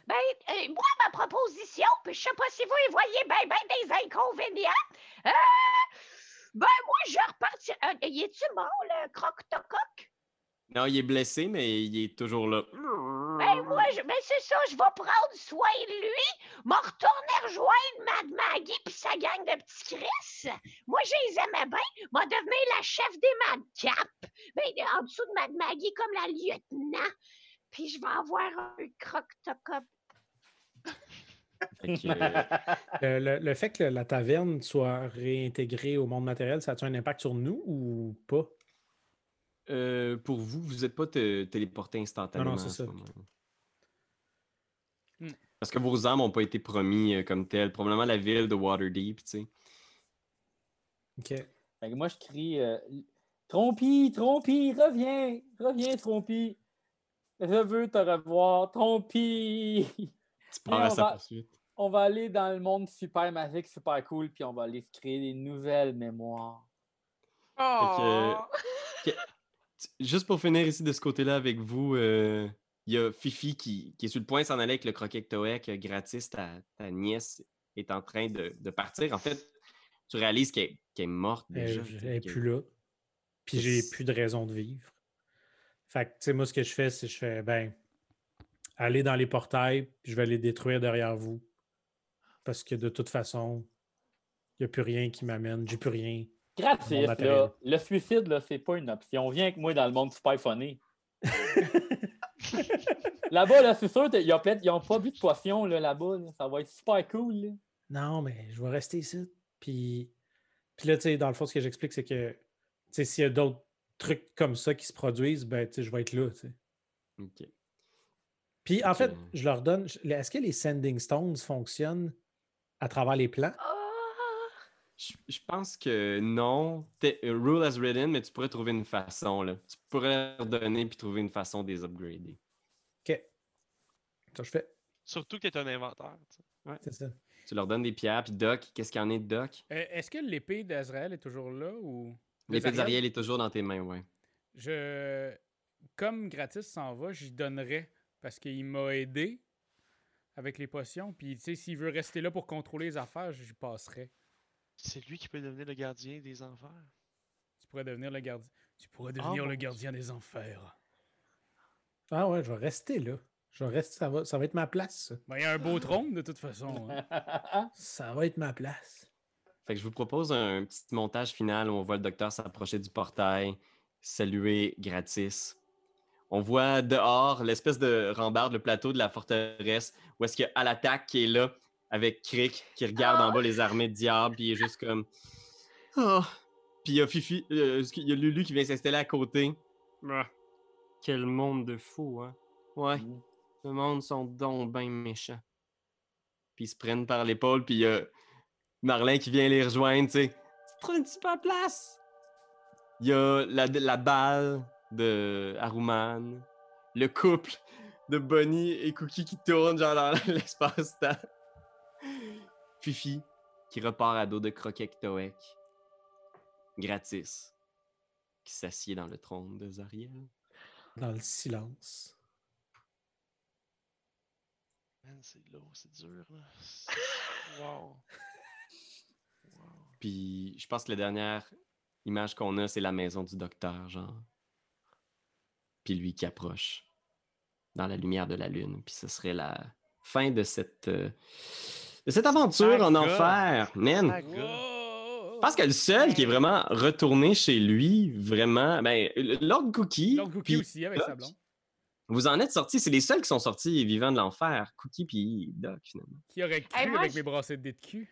S8: Ben, euh, moi, ma proposition, puis je sais pas si vous y voyez ben, ben des inconvénients. euh, ben, moi, je repartirais. Il est-tu mort, le croc-tococ?
S3: Non, il est blessé, mais il est toujours là.
S8: Ben, moi, je, ben, c'est ça, je vais prendre soin de lui, m'en retourner rejoindre Mad Maggie puis sa gang de petits Chris. Moi, je les aimais bien, m'a devenir la chef des Mad Cap. Ben, en dessous de Mad Maggie, comme la lieutenant. Puis je vais avoir un croc-tococ.
S3: Fait que, euh,
S1: Le, le- le fait que la taverne soit réintégrée au monde matériel, ça a-tu un impact sur nous ou pas?
S3: euh, pour vous, vous n'êtes pas te- téléporté instantanément.
S1: Non, non, c'est
S3: à ce
S1: ça.
S3: moment-là.
S5: Hmm.
S3: Parce que vos armes n'ont pas été promis euh, comme telles. Probablement la ville de Waterdeep, tu sais.
S1: OK.
S6: Fait que moi, je crie euh, Trompi, Trompi, reviens, reviens, Trompi. Je veux te revoir, Trompi.
S3: Tu pars
S6: Et
S3: à
S6: on
S3: sa
S6: va-
S3: poursuite.
S6: On va aller dans le monde super magique, super cool, puis on va aller se créer des nouvelles mémoires.
S3: euh,
S2: Oh!
S3: Tu- Juste pour finir ici de ce côté-là avec vous, euh, il y a Fifi qui, qui est sur le point de s'en aller avec le croquet que t'as, euh, gratis. Ta, ta nièce est en train de, de partir. En fait, tu réalises qu'elle qu'elle est morte
S1: Elle-
S3: déjà. tu
S1: Elle
S3: sais,
S1: n'est
S3: que-
S1: plus là. Puis j'ai
S3: C'est-
S1: plus de raison de vivre. Fait que, tu sais, moi, ce que je fais, c'est je fais, ben, allez dans les portails, puis je vais les détruire derrière vous. Parce que de toute façon, il n'y a plus rien qui m'amène, j'ai plus rien. Mon
S6: Gratis,
S1: matériel.
S6: là. Le suicide, là, c'est pas une option. Viens avec moi dans le monde super funny. là-bas, là, c'est sûr, ils n'ont pas bu de potion, là, là-bas. là. Ça va être super cool, là.
S1: Non, mais je vais rester ici. Puis, puis là, tu sais, dans le fond, ce que j'explique, c'est que, tu sais, s'il y a d'autres trucs comme ça qui se produisent, ben, tu sais, je vais être là, tu sais.
S3: Ok.
S1: Puis, en
S3: Ok.
S1: fait, je leur donne. je- Est-ce que les Sending Stones fonctionnent à travers les plans?
S8: Oh,
S3: Je, je pense que non. T'es- euh, Rule as written, mais tu pourrais trouver une façon. Là. Tu pourrais leur donner puis trouver une façon de les upgrader.
S1: OK. Ça, je fais.
S4: Surtout que t'es un inventeur. tu sais.
S1: C'est ça.
S3: Tu leur donnes des pierres. Puis Doc, qu'est-ce qu'il y en est de Doc?
S5: Euh, Est-ce que l'épée d'Azrael est toujours là ou.
S3: L'épée
S5: Ariel?
S3: d'Ariel est toujours dans tes mains, ouais.
S5: Je. Comme Gratis s'en va, j'y donnerais parce qu'il m'a aidé avec les potions. Puis, tu sais, s'il veut rester là pour contrôler les affaires, j'y passerai.
S4: C'est lui qui peut devenir le gardien des enfers.
S5: Tu pourrais devenir le gardien. Tu pourrais devenir
S4: mon
S5: le
S4: Dieu.
S5: gardien des enfers.
S1: Ah ouais, je vais rester là. Je vais rester. Ça va, ça va être ma place. ça.
S5: Ben, il y a un beau trône de toute façon. hein.
S1: Ça va être ma place.
S3: Fait que je vous propose un petit montage final où on voit le docteur s'approcher du portail, saluer gratis. On voit dehors l'espèce de rambarde, le plateau de la forteresse, où est-ce qu'il y a l'attaque qui est là, avec Crick, qui regarde en bas les armées de diable, puis il est juste comme... Oh. Puis il y a Fifi, euh, excuse- il y a Lulu qui vient s'installer à côté. Ah, Quel monde de fous, hein? Ouais,
S6: Mm.
S3: le monde sont donc bien méchants. Puis ils se prennent par l'épaule, puis il y a Marlin qui vient les rejoindre, tu sais. Tu trouves une super place! Il y a la, la balle de Haruman, le couple de Bonnie et Cookie qui tourne genre dans l'espace-temps. Fifi qui repart à dos de Croquette Toek, gratis, qui s'assied dans le trône de Zariel.
S1: Dans le silence.
S4: Man, c'est lourd, c'est dur. Là. C'est- Wow. Wow.
S3: Puis je pense que la dernière image qu'on a, c'est la maison du docteur, genre. Puis lui qui approche dans la lumière de la lune. Puis ce serait la fin de cette, euh, de cette aventure en
S4: God.
S3: enfer, man.
S4: Ah, gars.
S5: Oh!
S3: Je pense que le seul qui est vraiment retourné chez lui, vraiment, ben, Lord Cookie.
S5: Lord Cookie
S3: puis
S5: aussi avec sa
S3: Doc,
S5: blonde.
S3: Vous en êtes sortis, c'est les seuls qui sont sortis vivants de l'enfer. Cookie puis Doc, finalement.
S5: Qui aurait cru
S2: moi,
S5: avec
S2: je-
S5: mes bracelets de dés de cul?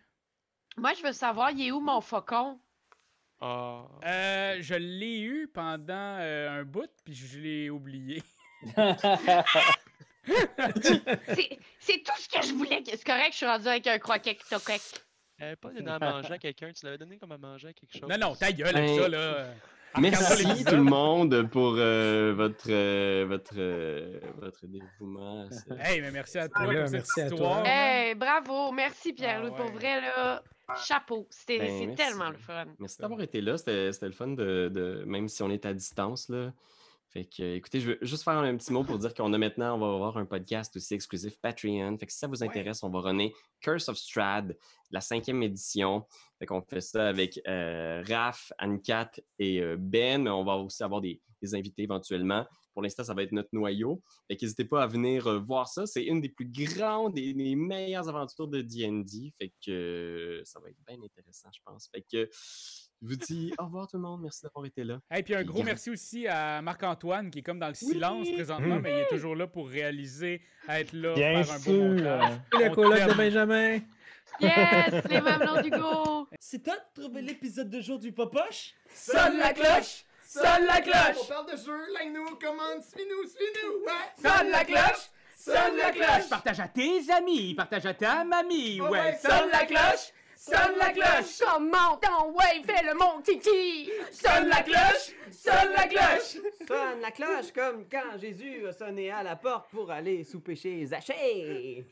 S2: Moi, je veux savoir, il est où mon faucon?
S4: Ah.
S5: Euh, je l'ai eu pendant euh, un bout, puis je l'ai oublié.
S2: C'est c'est tout ce que je voulais. que- C'est correct, je suis rendu avec un croquet toquet.
S4: T'avais pas donné à manger à quelqu'un, tu l'avais donné comme à manger à quelque chose.
S5: Non, non, ta gueule avec
S3: Ben,
S5: ça, là. En regardant
S3: Merci
S5: l'épisode.
S3: tout le monde pour euh, votre, euh, votre, euh, votre dévouement. C'est-
S5: Hey, mais merci à toi
S1: là,
S5: pour cette
S1: merci à toi.
S5: histoire. man.
S2: Hey, Eh, bravo, merci Pierre-Louis.
S5: Oh. Ah
S2: Pour
S5: ouais.
S2: vrai, là, chapeau. C'était
S3: Ben,
S2: c'est
S3: merci.
S2: tellement le fun.
S3: Merci d'avoir été là. C'était c'était le fun, de, de- même si on est à distance. Là. Fait que, euh, écoutez, je veux juste faire un petit mot pour dire qu'on a maintenant, on va avoir un podcast aussi exclusif Patreon. Fait que si ça vous intéresse, on va runner Curse of Strad, la cinquième édition. Fait qu'on fait ça avec euh, Raph, Anne-Cat et euh, Ben. Mais on va aussi avoir des, des invités éventuellement. Pour l'instant, ça va être notre noyau. Fait qu'hésitez pas à venir euh, voir ça. C'est une des plus grandes et des meilleures aventures de D&D. Fait que euh, ça va être bien intéressant, je pense. Fait que je vous dis au revoir tout le monde. Merci d'avoir été là.
S5: Et puis un gros
S3: Yeah.
S5: merci aussi à Marc-Antoine qui est comme dans le silence présentement,
S1: Mm.
S5: mais il est toujours là pour réaliser, être là,
S9: Bien
S5: faire un beau
S9: sûr.
S5: montage.
S1: Et
S5: On
S1: le colloque
S5: t'aime.
S1: de Benjamin.
S2: Yes, les mamelons d'Hugo!
S10: C'est toi de trouver l'épisode de jour du Popoche?
S11: Sonne la cloche! Sonne la cloche!
S7: parle de jeu, like-nous, commande, suis-nous, suis-nous, ouais!
S11: Sonne la cloche! Sonne la cloche!
S10: Partage à tes amis, partage à ta mamie,
S8: Oh,
S11: Ouais, sonne la cloche! Sonne la cloche!
S8: Commente en wave, fais le mon titi!
S11: Sonne la cloche! Sonne la cloche!
S9: Sonne la cloche comme quand Jésus a sonné à la porte pour aller souper chez Zachée.